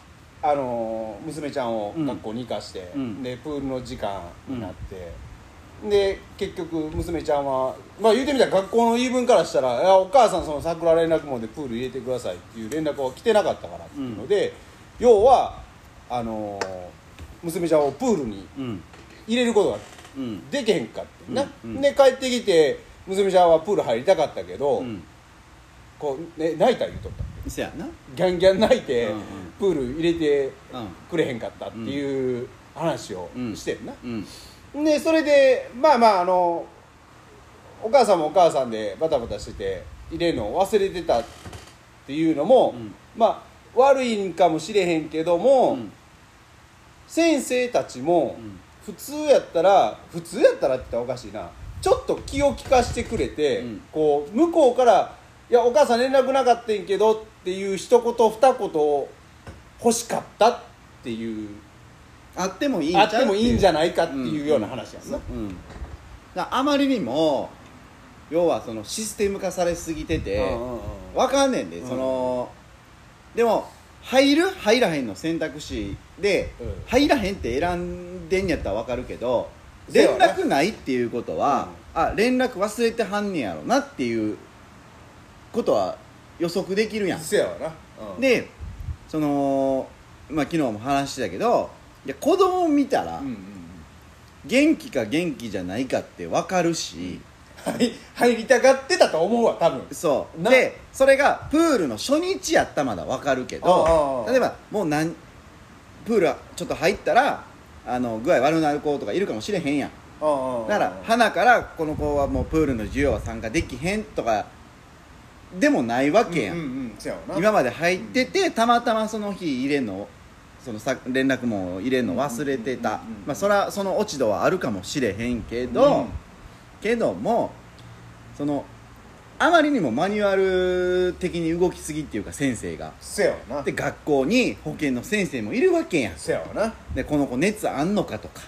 B: あの娘ちゃんを
A: うん
B: 学校に行かして、
A: うん
B: でプールの時間になって、で結局娘ちゃんはまあ言うてみたら学校の言い分からしたら「いやお母さんその桜連絡網でプール入れてください」っていう連絡は来てなかったからっていうので、要はあの娘ちゃんをプールに
A: うん
B: 入れることが
A: うん
B: できへんかってな、
A: うんうん
B: で帰ってきて娘ちゃんはプール入りたかったけど、
A: うん
B: こう、ね、泣いた言うとった
A: せやな
B: ギャンギャン泣いて、
A: うんうん
B: プール入れて
A: うん
B: くれへんかったっていう話を
A: うん
B: してんな、
A: うん
B: でそれでまあまああのお母さんもお母さんでバタバタしてて入れるのを忘れてたっていうのも、
A: うん
B: まあ悪いんかもしれへんけど
A: う
B: も、
A: ん
B: 先生たちも
A: うん
B: 普通やったら普通やったらって言ったらおかしいなちょっと気を利かしてくれて、
A: うん
B: こう向こうから「いやお母さん連絡なかったんけど」っていう一言二言を欲しかったっていう
A: あってもいいんちゃ
B: あ
A: う
B: ってもいいんじゃないかって
A: ん
B: いうような話やんな、
A: うんだからあまりにも要はそのシステム化されすぎてて
B: うんうんうん
A: わかんねんで、
B: うん
A: そのでも入る入らへんの選択肢で、
B: うん
A: 入らへんって選んでんやったらわかるけど
B: せや
A: 連
B: わな
A: 絡ないっていうことは、あ連絡忘れてはんねやろなっていうことは予測できるやん
B: せやわな、うん、
A: でそのまあ昨日も話してたけどいや子供見たら
B: うんうんうん
A: 元気か元気じゃないかってわかるし、
B: はい入りたがってたと思うわ多分
A: そう
B: な
A: でそれがプールの初日やったらまだわかるけど
B: ああ
A: 例えばもうなんプールちょっと入ったらあの具合悪なる子とかいるかもしれへんやん
B: うんうんうん
A: だから花からこの子はもうプールの授業は参加できへんとかでもないわけやん、
B: うんうんうんせやわな
A: 今まで入ってて、たまたまその日入れんのそのさ連絡網を入れんの忘れてた
B: うんうんうんうん
A: まあそらその落ち度はあるかもしれへんけど、
B: うん
A: けどもそのあまりにもマニュアル的に動きすぎっていうか先生が
B: せやわな
A: で学校に保健の先生もいるわけやん
B: せやわな
A: でこの子熱あんのかとか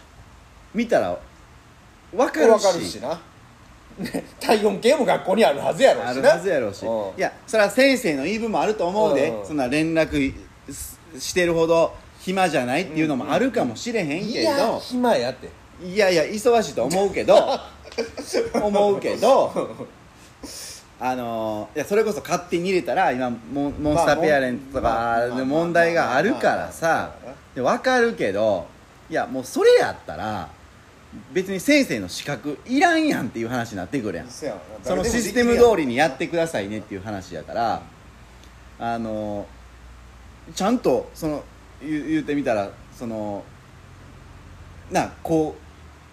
A: 見たら分かる
B: 分
A: し
B: かるしな 体温計も学校にあるはずやろうしな
A: あるはずやろうし
B: うん
A: いやそれは先生の言い分もあると思うで
B: うんうん
A: そんな連絡いすしてるほど暇じゃないっていうのもあるかもしれへん
B: い
A: けど、
B: や暇やって
A: いやいや忙しいと思 うけど思うけどあのいやそれこそ勝手に入れたら今モンモンスターペアレントと
B: まあ
A: か
B: まあ
A: で問題があるからさ
B: まあまあまあ
A: で分かるけどいやもうそれやったら別に先生の資格いらんやんっていう話になってくるやん
B: そやわな
A: そのシステム通りにやってくださいねっていう話やからあのちゃんとその言う言ってみたらそのなこ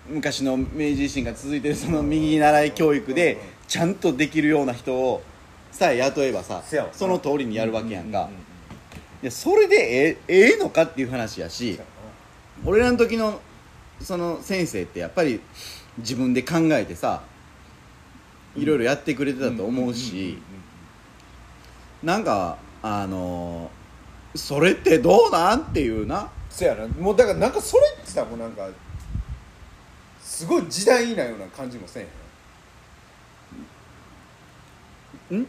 A: う昔の明治維新が続いてるその右習い教育
B: う
A: で
B: んうんうん
A: ちゃんとできるような人をさえ雇えばさ
B: せやわな
A: その通りにやるわけやん
B: う
A: か
B: うう
A: いやそれでええええのかっていう話やし俺らの時のその先生ってやっぱり自分で考えてさいろいろやってくれてたと思うしなんかあのーそれってどうなんっていうな
B: そやなもうだからなんかそれってさもうなんかすごい時代なような感じもせんへ
A: ん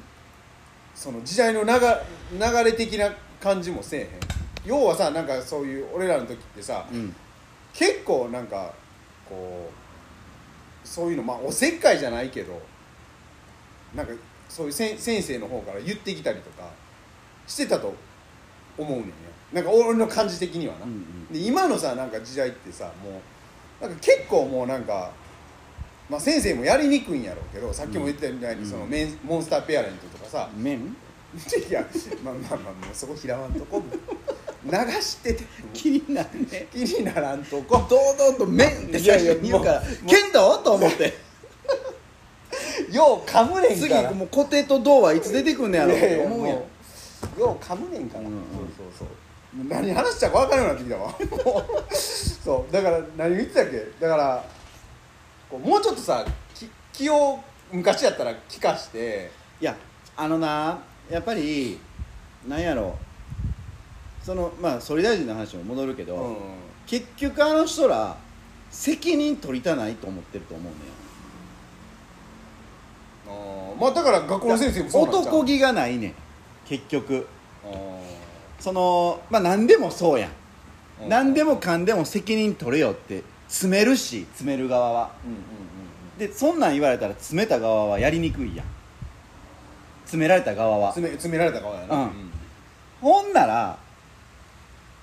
B: その時代の流流れ的な感じもせえへん要はさなんかそういう俺らの時ってさ、
A: うん
B: 結構なんかこうそういうのまあおせっかいじゃないけどなんかそういうせん先生の方から言ってきたりとかしてたと思うねんねなんか俺の感じ的にはな、
A: うんうん
B: で今のさなんか時代ってさもうなんか結構もうなんか、まあ、先生もやりにくいんやろうけどさっきも言ってたみたいに、
A: うん
B: そのメンモンスターペアレントとかさ、
A: 麺
B: いやまあまあまあもうそこ嫌わんとこ流してて
A: 気になるね
B: 気にならんとこ
A: 堂々と麺って最初に言うから
B: いやいやもう
A: 剣道と思って
B: よう噛むねん
A: 次
B: から
A: もうコテと銅はいつ出てくんねやろうっ
B: いやい
A: て
B: や
A: 思うやん
B: もうよう噛むねんから、
A: うんうん
B: そうそうそうもう何話したか分からんようになってきたわもうそうだから何言ってたっけだからこうもうちょっとさき気を昔やったら気化して
A: いやあのなやっぱりなんやろそのまあ総理大臣の話にも戻るけど、
B: うん
A: 結局あの人ら責任取りたないと思ってると思うね
B: あーまあだから学校の先生も
A: ん
B: そうなんちゃう
A: 男気がないねん結局
B: あ
A: そのまあ何でもそうやん、
B: ー
A: 何でもかんでも責任取れよって詰めるし詰める側は
B: うんうんうん
A: でそんなん言われたら詰めた側はやりにくいやん詰められた側は
B: 詰め詰められた側やな、
A: うんほんなら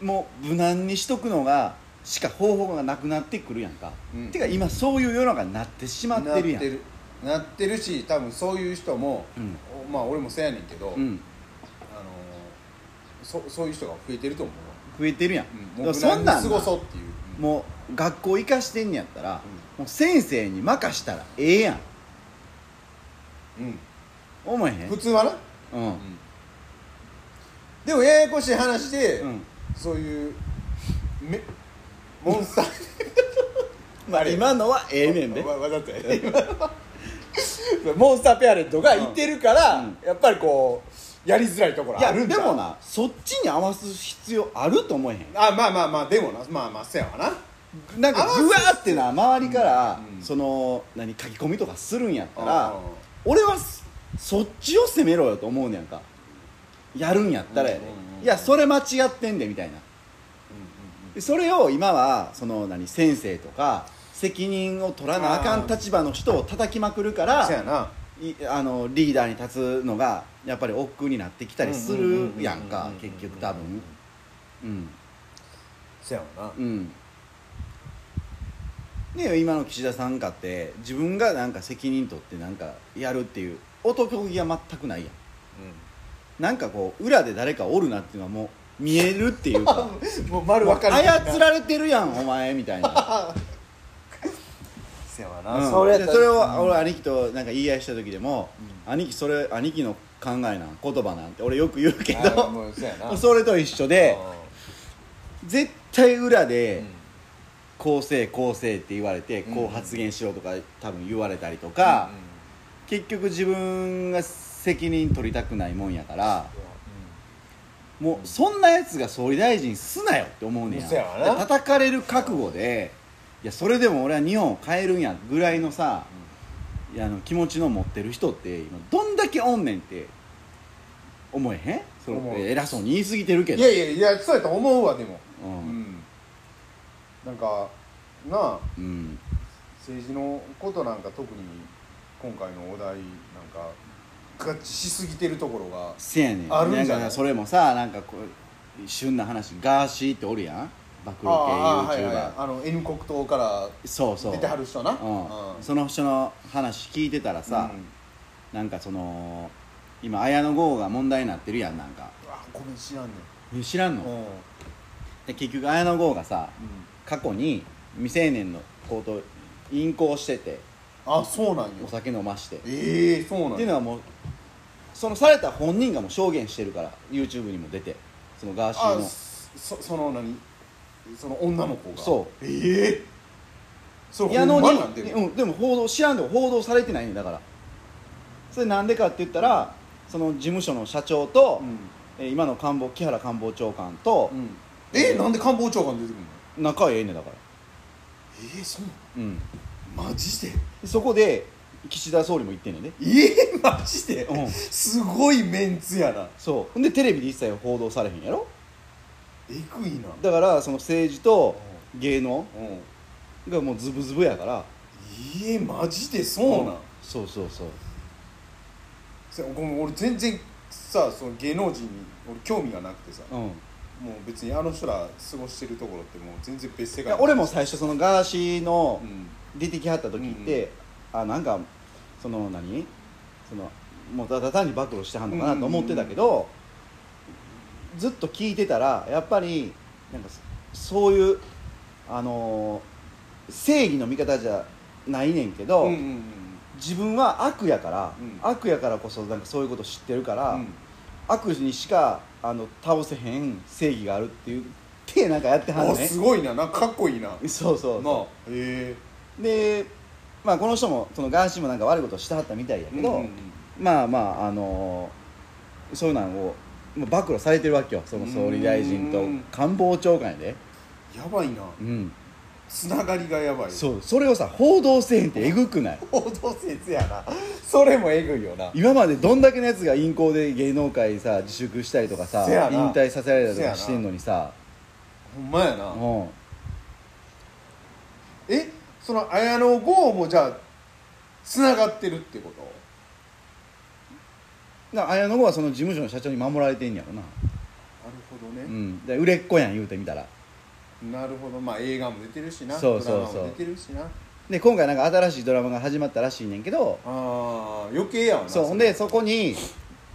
A: もう無難にしとくのがしか方法がなくなってくるやんか、
B: うん
A: てか今そういう世の中になってしまってる
B: なっ
A: やん
B: てるなってるし多分そういう人も、
A: うん
B: おまあ俺もそうやねんけど、
A: うん
B: あのそそういう人が増えてると思う
A: 増えてるやん、
B: うん、
A: で
B: も
A: も
B: う
A: そんな
B: 無難
A: ん
B: に過ごそうっていう、
A: もう学校行かしてんねやったら、もう先生に任したらええやん
B: うん
A: 思えへん
B: 普通はな、
A: うん、うん
B: でもややこしい話で、そういうめモンスター
A: まあ、
B: あれ
A: 今のはええねんで
B: わわざとやモンスターペアレントがいてるから、
A: うん
B: やっぱりこうやりづらいところ
A: い
B: あ
A: や
B: るん
A: で
B: だ
A: もなそっちに合わす必要あると思えへん
B: あまあまあまあでもなまあまあせやわな
A: なんか
B: 合わせ
A: グワーってな周りから、
B: うんうん
A: その何書き込みとかするんやった
B: う
A: ら
B: んうん
A: 俺はそそっちを責めろよと思うねやんかやるんやったらやで、
B: うんうんうん
A: いやそれ間違ってんでみたいな、でそれを今はその何先生とか責任を取らなあか
B: あ
A: ん
B: ー
A: 立場の人を叩きまくるから
B: せやない
A: あのリーダーに立つのがやっぱり億劫になってきたりするや
B: うんうんうんうんうんう
A: んか
B: ん
A: 結局多分うん
B: せやわな
A: うんねえ今の岸田さんかって自分がなんか責任取ってなんかやるっていう男気が全くないやんなんかこう裏で誰かおるなっていうのはもう見えるっていう か
B: うんもう丸分かり
A: 操られてるやんお前みたいな
B: せやわ
A: う
B: な、
A: ん
B: それやった
A: で
B: ら
A: それを俺兄貴となんか言い合いした時でも、兄貴それ兄貴の考えなん言葉なんて俺よく言うけ
B: あ
A: ど
B: もうそうやな
A: それと一緒で絶対裏で「こうせいこうせい」って言われて
B: うん
A: こう発言しろとか多分言われたりとか、結局自分が責任取りたくないもんやからもうそんなやつが総理大臣すなよって思うね
B: そやわ
A: や
B: な
A: 叩かれる覚悟でいやそれでも俺は日本を変えるんやぐらいのさ、いやあの気持ちの持ってる人って今どんだけおんねんって思えへんそれ
B: 思う
A: 偉そうに言い過ぎてるけ
B: い
A: ど
B: やいやいやそうやと思うわでも
A: う、
B: うんんなんかなあ
A: うん、
B: 政治のことなんか特に今回のお題なんか合致しすぎてるところが
A: せやねん
B: あるんじゃない
A: んかそれもさなんかこう旬な話ガーシーっておるやん暴露系 YouTuber、
B: あーはいはいあの N 国党から
A: そうそう
B: 出てはる人な
A: うん
B: うん
A: その人の話聞いてたらさ、
B: うん
A: なんかその今綾野剛が問題になってるやんなんか
B: あごめん知らんね
A: え知らん
B: んうん
A: の、で結局綾野剛がさ
B: うん
A: 過去に未成年の子と淫行してて
B: あそうなんよ
A: お酒飲ましてって
B: ええそうなん
A: いう
B: や
A: のはもうそのされた本人がもう証言してるから YouTube にも出てそのガーシー
B: あ
A: の
B: そその何その女の子が
A: そう
B: ええそれ
A: や
B: ほ
A: の
B: ん
A: に
B: まなんてる
A: うん、でも報道知らんでも報道されてないんだからそれなんでかって言ったらその事務所の社長と、
B: うん
A: えー今の官房木原官房長官と
B: うんえなんで官房長官出てくるの
A: 仲ええねだから、
B: ええそう
A: うん、
B: なのマジで
A: そこで岸田総理も言ってんねんね
B: ええマジで、
A: うん
B: すごいメンツやな
A: そうほんでテレビで一切報道されへんやろ
B: えぐいな
A: だからその政治と芸能
B: うん
A: がもうズブズブやから
B: ええマジでそうなん、
A: そうそうそう
B: せごめん俺全然さその芸能人に俺興味がなくてさ
A: うん
B: もう別にあの人ら過ごしてるところってもう全然別世
A: い
B: 界
A: や俺も最初そのガーシーの、
B: うん
A: 出てきはった時って、あなんかその何そのもうただ単に暴露してはんのかなと思ってたけど、ずっと聞いてたらやっぱりなんかそそういうあのー正義の味方じゃないねんけど、
B: うんうんうん
A: 自分は悪やから、
B: うん
A: 悪やからこそなんかそういうこと知ってるから、
B: うん
A: 悪にしかあの倒せへん正義があるっていうってなんかやってはんの
B: あ
A: ね
B: すごいななんかかっこいいなな
A: そうそうそ
B: あ
A: う
B: え
A: でまあこの人もそのガーシーもなんか悪いことしてはったみたいや
B: え
A: けど、
B: うんうん
A: まあまああのーそういうのをもう暴露されてるわけよその総理大臣と
B: うん
A: 官房長官やで
B: やばいな
A: うん
B: つながりがやばい
A: そうそれをさ報道せえへんってえぐくない
B: 報道説やなそれもえぐいよな
A: 今までどんだけのやつが銀行で芸能界さ自粛したりとかさ
B: せや
A: 引
B: な
A: 退させられたりと
B: せや
A: か
B: な
A: してんのにさ
B: ほんまやな
A: うん
B: えその綾野剛もじゃあつながってるってこと
A: な綾野剛はその事務所の社長に守られてんやろ
B: な
A: な、
B: るほど
A: う
B: ね、
A: ん、で売れっ子やん言うてみたら
B: なるほどまあ映画も出てるしな
A: そうそうそ
B: ドラマ
A: う
B: も出てるしな
A: で今回なんか新しいドラマが始まったらしいねんけど
B: あー余計やわな
A: そうほん
B: れ
A: でそこに、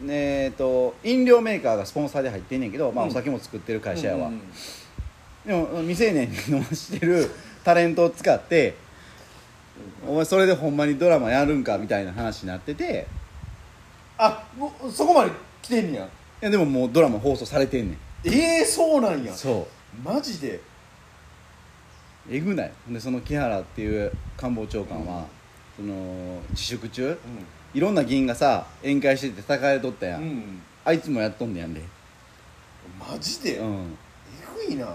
A: ねえー、と飲料メーカーがスポンサーで入ってんねんけど、まあ、
B: うん
A: お酒も作ってる会社やわ、
B: うんうんうん
A: でも未成年に飲ましてるタレントを使ってお前それでほんまにドラマやるんかみたいな話になってて
B: あもうそこまで来てんねや
A: いやでももうドラマ放送されてんね
B: ええそうなんや
A: んそ
B: マジで
A: うえぐないほんでその木原っていう官房長官は、その自粛中いろんな議員がさ宴会してて戦いとったや、
B: うんん、うん、
A: あいつもやっとんねやんで、
B: マジで、
A: う
B: え
A: ん、
B: ぐいな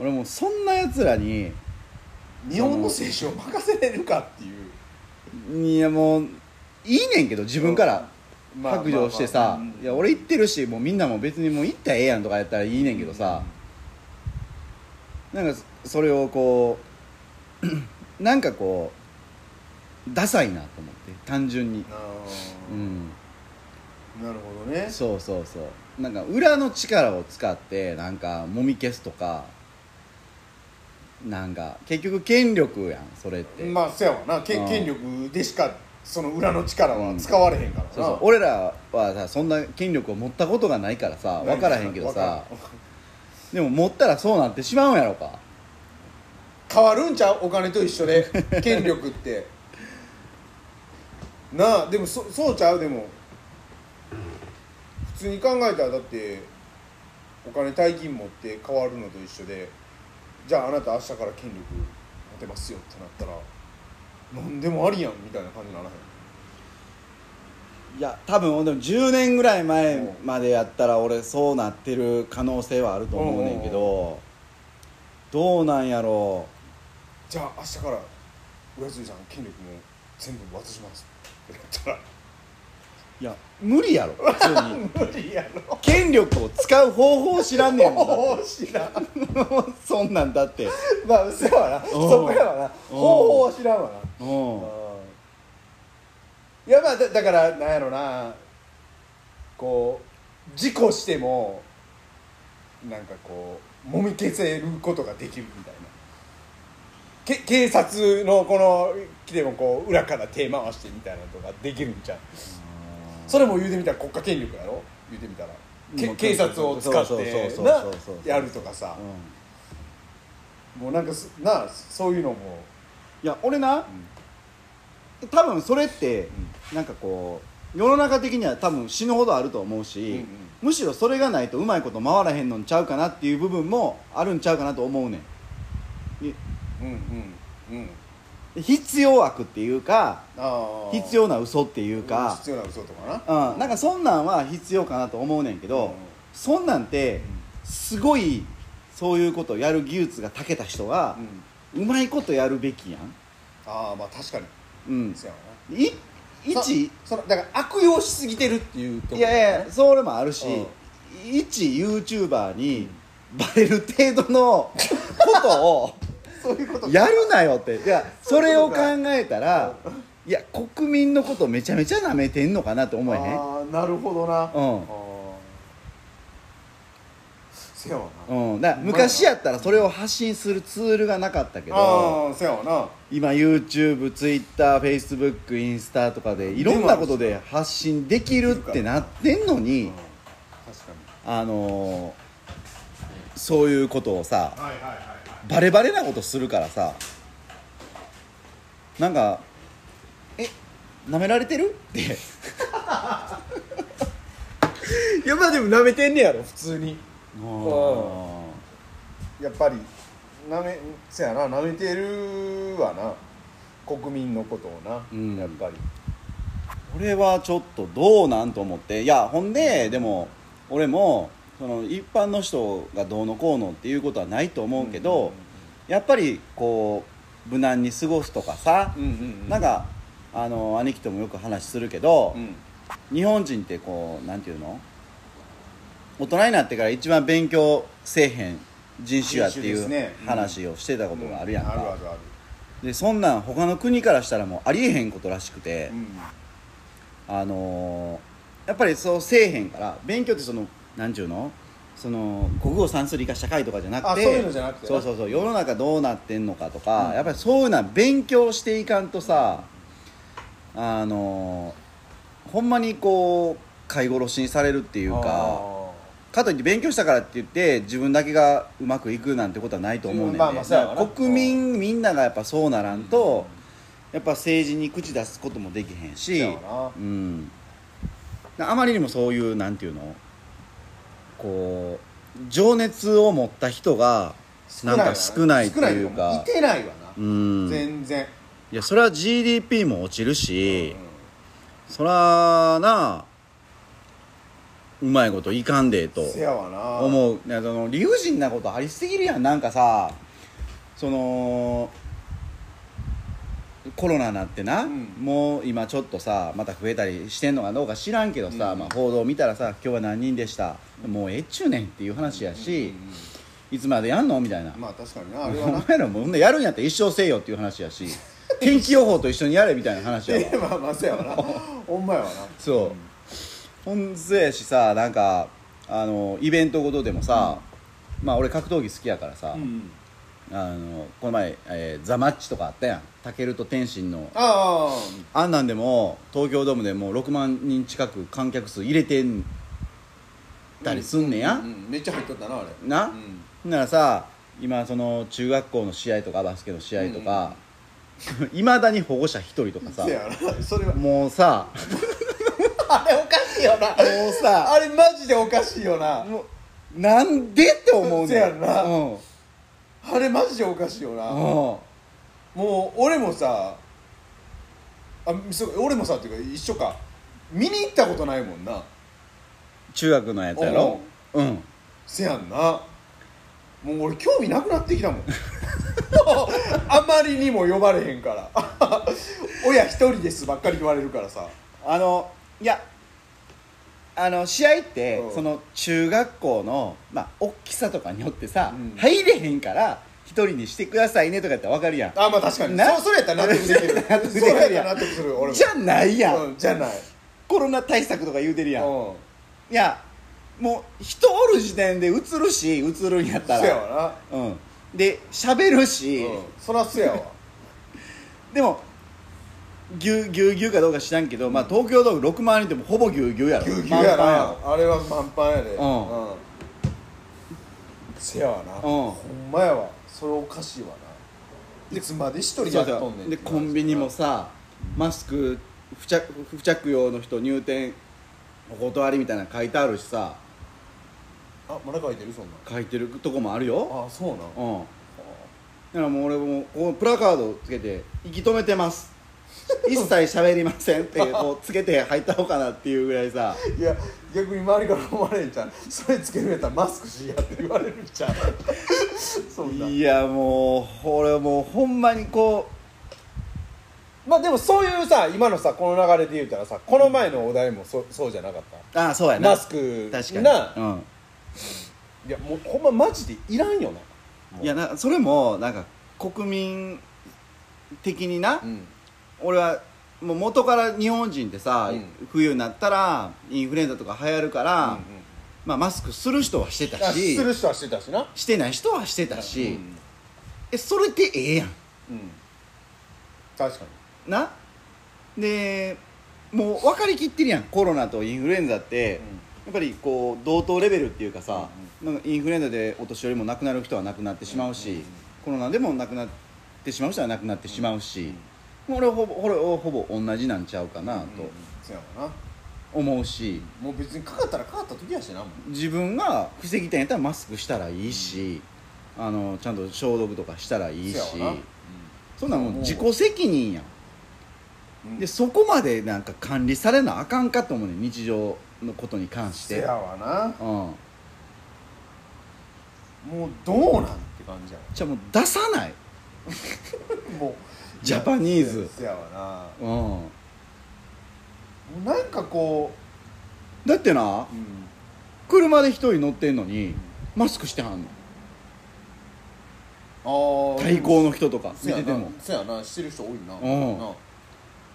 A: 俺もうそんなやつらに
B: 日本の政治を任せれるかっていう
A: いやもういいねんけど自分から
B: まあ
A: 白状して
B: まあ
A: さ
B: まあ
A: いや俺行ってるしもうみんなも別にもう行ったらええやんとかやったらいいねんけどさなんかそれをこう なんかこうダサいなと思って単純に
B: あー
A: うん
B: なるほどね
A: そうそうそうなんか裏の力を使ってなんかもみ消すとかなんか結局権力やんそれって
B: まあせやわなけ
A: うん
B: 権力でしかその裏の力は使われへんからな、
A: そうそう俺らはさそんな権力を持ったことがないからさ分からへんけど
B: わ
A: さ
B: からん
A: でも持ったらそうなってしまうんやろか
B: 変わるんちゃうお金と一緒 で権力ってなあでもそそうちゃうでも普通に考えたらだってお金大金持って変わるのと一緒でじゃああなた明日から権力持てますよってなったら何でもありやんみたいな感じにならへん
A: いや多分でも10年ぐらい前
B: う
A: までやったら俺そうなってる可能性はあると思うねんけどどうなんやろう
B: じゃあ明日から浦添さん権力も全部渡しますってなったら
A: いや無理やろ普通に
B: 無理やろ
A: 権力を使う方法を知らんねやもんだ
B: おお 知らん
A: って そんなんだって
B: まあそうやわなそ
A: おう
B: こやわな方
A: おう
B: 法は知らんわな
A: うん
B: いやまあだだからなんやろなこう事故してもなんかこうもみ消せることができるみたいなけ警察のこの来てもこう裏から手回してみたいなのとかできるんじゃんそれも言うてみたら国家権力やろ言うてみたらけ
A: もう
B: 警察を使っ
A: そうそう
B: て
A: そうそう
B: な
A: そうそうそう
B: やるとかさ
A: うん
B: もうなんかすなあそういうのも
A: いや俺な、多分それって、なんかこう世の中的には多分死ぬほどあると思うし、
B: うんうん
A: むしろそれがないとうまいこと回らへんのんちゃうかなっていう部分もあるんちゃうかなと思うねんい
B: うんうんうん
A: 必要悪っていうか
B: ああ
A: 必要な嘘っていう
B: うん
A: か、
B: 必要な嘘とかな
A: うんなんかそんなんは必要かなと思うねんけど、
B: うん
A: そんなんってすごいそういうことをやる技術が長けた人が
B: う、ん
A: うまいことやるべきやん、
B: ああまあ確かに
A: うん、
B: そうやわ
A: い
B: な
A: 一
B: そそのだから悪用しすぎてるっていうところ
A: いやいやそれもあるし、
B: うん
A: 一 YouTuber にバレる程度のこと を
B: そういうこと
A: やるなよっていやそれを考えたらいや国民のことめちゃめちゃなめてんのかなと思えへん
B: ああなるほどな
A: うん
B: あーせやわな
A: うん、だから昔やったらそれを発信するツールがなかったけど
B: ああせやわな
A: 今 YouTubeTwitterFacebook インスタとかでいろんなことで発信できるってなってんのに、
B: うん確かに
A: あのーそういうことをさ
B: はいはいはいはい
A: バレバレなことするからさなんか「えなめられてる?」って
B: いやまあでもなめてんねやろ普通に
A: うん
B: やっぱりなめせやななめてるわな国民のことをな、
A: うん
B: やっぱり
A: これはちょっとどうなんと思っていやほんででも俺もその一般の人がどうのこうのっていうことはないと思うけど、やっぱりこう無難に過ごすとかさ、
B: うんうんうん
A: なんかあの兄貴ともよく話するけど、
B: うん
A: 日本人ってこうなんていうの大人になってから一番勉強せえへん人種やってい
B: 人種で
A: う
B: すね
A: 話をしてたことがあるやん
B: あるあ
A: か、
B: るある
A: でそんなん他の国からしたらもうありえへんことらしくて
B: う、ん
A: あのーやっぱりそうせえへんから勉強ってそのなんちゅうのその国語算数理科社会とかじゃなくて
B: あそういうのじゃなくてな
A: そうそうそう世の中どうなってんのかとか、やっぱりそういうのは勉強していかんとさあのーほんまにこう飼い殺しにされるっていうか
B: あー
A: かといって勉強したからって言って自分だけがうまくいくなんてことはないと思うねんね
B: まあまあそうやわな
A: だから国民みんながやっぱそうならんと、やっぱ政治に口出すこともできへんし
B: そうやわ
A: うん、あまりにもそういうなんていうのこう情熱を持った人がなんか少ないっていう
B: 少な
A: か
B: と思いてないわ
A: う
B: な、
A: ん
B: 全然、
A: いやそれは GDP も落ちる
B: う
A: し
B: ん、
A: そらなうまいこといかんでと
B: せやわな
A: 思ういやその理不尽なことありすぎるやんなんかさそのコロナなってな、
B: うん
A: もう今ちょっとさまた増えたりしてんのかどうか知らんけどさ、
B: うん
A: まあ、報道見たらさ今日は何人でしたもうええっちゅうねんっていう話や
B: うんう
A: し、
B: ん
A: いつまでやんのみたいな、
B: まあ確かになあれはな
A: お前らもうほんでやるんやったら一生せえよっていう話やし天気予報と一緒にやれみたいな話やわ
B: えま あまあせや わなほんまやわな
A: そう、ほんずやしさなんかあのイベントごとでもさ、まあ俺格闘技好きやからさ、
B: うん
A: あのこの前、えーザ・マッチ」とかあったやんたけると天心の
B: あ
A: あんなんでも東京ドームでもう6万人近く観客数入れてんたりすんねや、
B: あ、うん、めっちゃ入っとったなあれ
A: な、
B: うん
A: ほんならさ今その中学校の試合とかバスケの試合とかい ま、未だに保護者1人とかさ
B: せやなそれは
A: も うさ
B: あれおかしいよな
A: もう さ
B: あれマジでおかしいよな
A: もうなんでって思う
B: せ
A: ね
B: やろな
A: うんうん
B: あれマジでおかしいよなもう俺もさあそう俺もさっていうか一緒か見に行ったことないもんな
A: 中学のやつやろうん
B: せやんなもう俺興味なくなってきたもん あまりにも呼ばれへんから 親一人ですばっかり言われるからさ
A: あのいやあの試合って、
B: うん
A: その中学校の、まあ、大きさとかによってさ、
B: うん
A: 入れへんから一人にしてくださいねとかやったら分かるやん
B: あまあ確かに
A: な
B: そうそれやったら納得でき
A: 納得
B: る
A: できる
B: それやったら納得する俺も
A: じゃないやん、
B: うんじゃない
A: コロナ対策とか言うてるやん、い
B: うん
A: やもう人おる時点で映るし映るんやった
B: そや
A: ら
B: わ
A: うんで喋るし、
B: な、うん、そらそやわ
A: でもぎゅうぎゅうぎゅうかどうか知らんけど、まあ、東京ドーム6万人でもほぼぎゅうぎゅうやろ
B: ぎゅうぎゅうや
A: 満帆
B: なあれは満帆やで
A: う
B: うんんせやわな
A: うん
B: ほんまやわそれおかしいわないつまで一人
A: そ
B: や
A: う
B: っ
A: そう
B: とんねん
A: でコンビニもさマスク不着不着用の人入店お断りみたいなの書いてあるしさ
B: あまだ書いてるそんな
A: 書いてるとこもあるよ
B: あそうなん
A: うんだからもう俺もこうプラカードつけて「息止めて ます」「一切喋りません」ってこうつけて入ったろうかなっていうぐらいさ
B: いや逆に周りから思われんじゃんそれつけるんやったらマスクしやって言われるじゃん そんない
A: やもう俺もうほんまにこ
B: まあでもそういうさ今のさこの流れで言うたらさこの前のお題もそそうじゃなかっ
A: うああそうや
B: た
A: な
B: マスク
A: 確かに
B: な
A: うん
B: いやもうほんまマジでいらんよない
A: やなそれもなんか国民的にな、
B: うん
A: 俺はもう元から日本人ってさ、
B: うん
A: 冬になったらインフルエンザとか流行るから、
B: うんうん
A: まあ、マスクする人はしてた
B: あ
A: し
B: する人はしてたしな
A: してない人はしてたし、
B: うん
A: えそれでええやん
B: うん確か
A: なでもう分かりきってるやんコロナとインフルエンザって、
B: に、
A: やっぱりこう同等レベルっていうかさ、なんかインフルエンザでお年寄りも亡くなる人は亡くなってしまうし、
B: うんうんうん
A: コロナでも亡くなってしまう人は亡くなってしまうし、俺はほぼ俺はほぼ同じなんちゃうかなと
B: うんうんそうやわな
A: 思うし。
B: もう別にかかったらかかった時やしなもう
A: 自分が防ぎたいんやったらマスクしたらいいし、あのちゃんと消毒とかしたらいいし
B: そうやわな
A: そんなんもう自己責任やん、
B: うん
A: でそこまでなんか管理されなあかんかと思うねん日常のことに関し
B: せ
A: て
B: やわな
A: うん
B: もうどうなんって感じやわ
A: じゃあもう出さない
B: もう
A: ジャパニーズ
B: せやわな
A: うん
B: もうなんかこ
A: だって
B: う、う
A: な
B: ん、
A: 車で一人乗ってんのにマスクしてはんの
B: ああ
A: 対抗の人とか
B: せ
A: 見
B: や
A: てて
B: な
A: も
B: せやなしてる人多いな,、
A: ん
B: な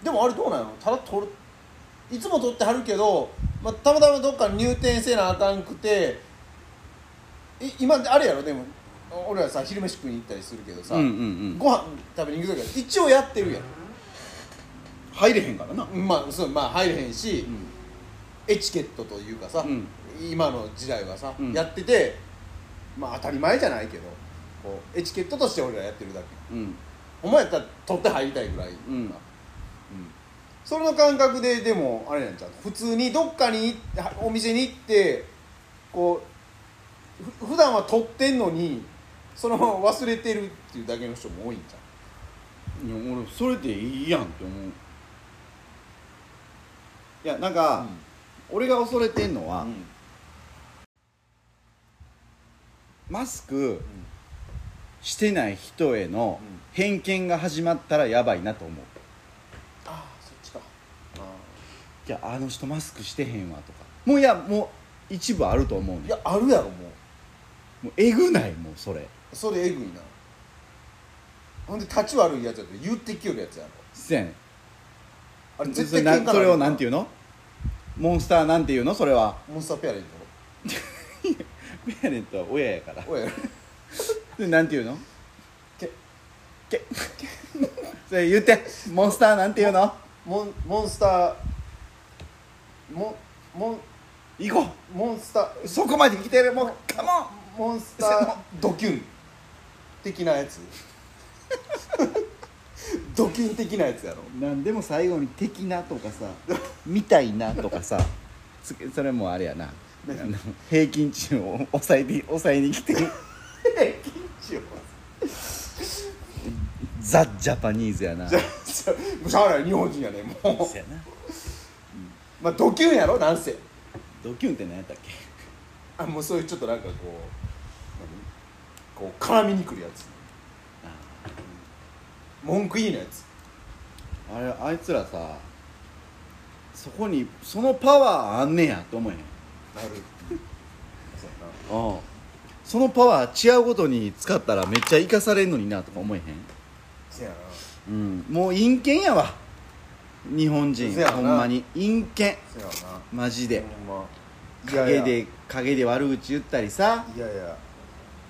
B: でもあれどうなんやろただ取るいつも取ってはるけど、まあ、たまたまどっかに入店せなあかんくてい今あれやろでも俺らさ昼飯食いに行ったりするけどさ、
A: うんうんうん
B: ご飯食べに行く時は一応やってるや
A: 入れへんからなん
B: まあそうまあ入れへんし、
A: うん
B: エチケットというかさ、
A: うん
B: 今の時代はさ、
A: うん
B: やっててまあ当たり前じゃないけどこうエチケットとして俺らやってるだけ
A: うん
B: お前やったら取って入りたいぐらい、
A: うん
B: うんそれの感覚ででもあれなんちゃう普通にどっかにはお店に行ってこうふ普段は取ってんのにそのまま忘れてるっていうだけの人も多いんちゃ
A: いや俺それでいいやんって思ういやなんか、俺が恐れてんのは、
B: う、うん
A: マスクしてない人への偏見が始まったらやばいなと思う
B: ああそっちかあ
A: いやあの人マスクしてへんわとかもういやもう一部あると思う
B: ー
A: ね
B: いやあるやろもう
A: もうえぐないもうそれ
B: それえぐいなほんで立ち悪いやつやと言ってきよるやつやろ
A: せやねん
B: あれ絶
A: それ
B: 対
A: な
B: 喧嘩
A: それをなんて
B: いう
A: 言うのモンスターなんて言うのそれは
B: モンスターペアレント
A: ペアレントは親やから
B: おい
A: でなんて言うの
B: け
A: けそれ言ってモンスターなんて言うの
B: モンモンスターモンモン
A: 行こう
B: モンスター
A: そこまで来てるもうカモン
B: モンスター ドキュン的なやつ ドキュン的なやつやろ
A: 何でも最後に「的な」とかさ「みたいな」とかさつけそれもあれやなあの平均値を抑えて抑えに来 てる
B: え 緊張
A: ザ・ジャパニーズやな
B: じゃあじゃあしゃあない日本人やねも
A: そう
B: う
A: やな
B: まあドキュンやろなんせ
A: ドキュンって何やったっけ
B: あもうそういうちょっとなんかこう何こう絡みにくるやつ文句いいのやつ
A: あれあいつらさそこにそのパワーあんねやと思えへん
B: なるそうやな
A: うんそのパワー違うことに使ったらめっちゃ生かされんのになとか思えへ、
B: せやなん
A: うん、もう陰険やわ日本人
B: せやな
A: ほんまに陰険
B: せやな
A: マジで
B: ほんま
A: 陰で陰で悪口言ったりさ
B: いやいや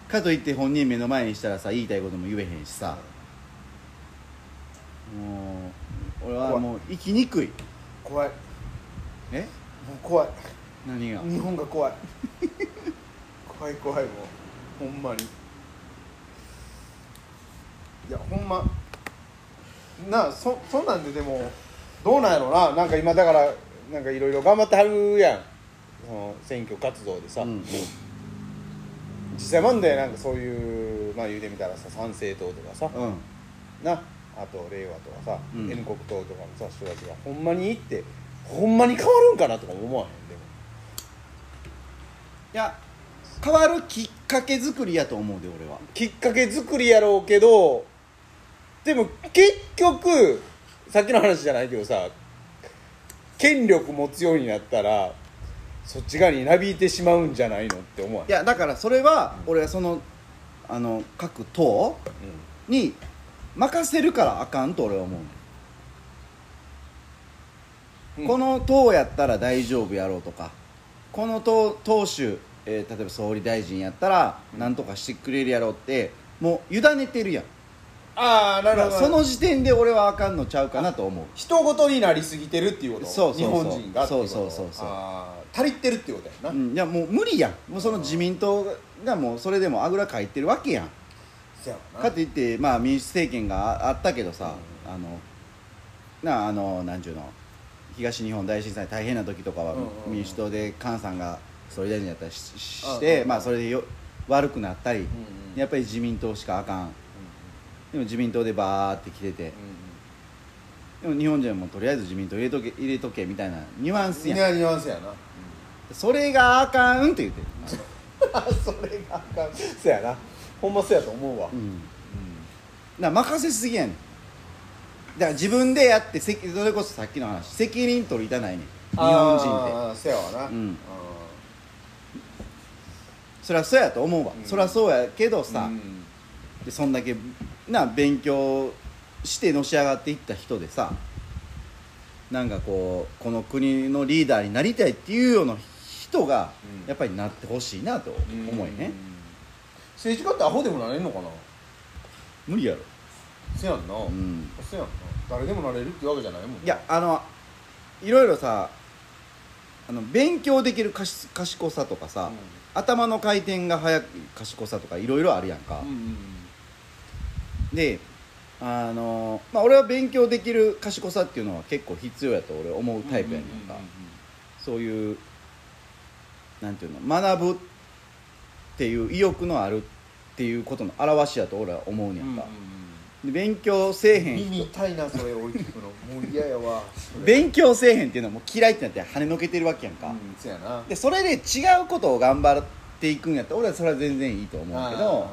A: かといって本人目の前にしたらさ言いたいことも言えへんしさもう俺はもう生きにくい
B: 怖いも
A: え
B: う怖い
A: 何が
B: 日本が怖い 怖い怖いもうほんまにいやほんまなあそそんなんででもどうなんやろうななんか今だからなんかいろいろ頑張ってはるやんその選挙活動でさ、
A: うんうん
B: 実際問題なんかそういうまあ言うてみたらさ参政党とかさ、
A: うん
B: なあと令和とかさ、
A: うん
B: N 国党とかのさ人たちがほんまにいいってほんまに変わるんかなとかも思わへんでも
A: いや変わるきっかけ作りやと思うで俺は
B: きっかけ作りやろうけどでも結局さっきの話じゃないけどさ権力持つようになったらそっち側になびいてしまうんじゃないのって思わへ
A: いやだからそれは俺はそのあの各党
B: ん、うん
A: に任せるからあかんと俺は思うねん、
B: うん
A: この党やったら大丈夫やろうとかこの党党首、えー例えば総理大臣やったらなんとかしてくれるやろうってもう委ねてるやん
B: ああな
A: だか
B: る
A: ら
B: ほど
A: その時点で俺はあかんのちゃうかなと思う
B: 人事になりすぎてるっていうこと
A: そうそうそう
B: 日本人がっていこと
A: そうそうそうそう
B: あー足りてるっていうことや
A: う
B: な、
A: ん、いやもう無理やんもうその自民党がもうそれでもあぐらかいてるわけやん
B: せやわな
A: かといって、まあ、民主政権がああったけどさ、あのなあのなんちゅうの東日本大震災大変な時とかは
B: うんうんうん
A: 民主党で菅さんが総理大臣やったりしし
B: うんうん
A: して、まあ、それでよ悪くなったり、
B: うん
A: やっぱり自民党しかあかんでも自民党でバーって来てて
B: う
A: でも日本人はもうとりあえず自民党入れとけ入れとけみたいなニュアンス
B: んうん
A: やん
B: いやニュアンスやな
A: それがあかんって言ってる、
B: それがあかんそやなほんまそやと思うわ、
A: うんな任せすぎやねんだから自分でやってせきそれこそさっきの話責任取りたないねん日本人って
B: あーせやわな、
A: うんそりゃそうやと思うわ、
B: うん
A: そりゃそうやけどさ、
B: うん
A: でそんだけな勉強してのし上がっていった人でさなんかこうこの国のリーダーになりたいっていうような人が
B: うん
A: やっぱりなってほしいなと思いね、
B: 政治家ってアホでもなれんのかな
A: 無理やろ、
B: せやんな、
A: うん、
B: せやんな誰でもなれるってわけじゃないもんない
A: やあのいろいろさあの勉強できるかし賢さとかさ、
B: うん
A: 頭の回転が速い賢さとかいろいろあるやんか
B: うん、うん
A: であの、まあ、俺は勉強できる賢さっていうのは結構必要やと俺思う
B: うん
A: タイプやねんか、そういうなんていうの学ぶっていう意欲のあるっていうことの表しやと俺は思うね
B: うんうんう
A: ん
B: ん
A: か、で勉強せえへん
B: 見
A: 人
B: に痛いなそれ置いてくのもう嫌やわ
A: 勉強せえへんっていうのはもう嫌いってなって跳ねのけてるわけやんか、
B: うんせやな
A: でそれで違うことを頑張っていくんやったら俺はそれは全然いいと思うけど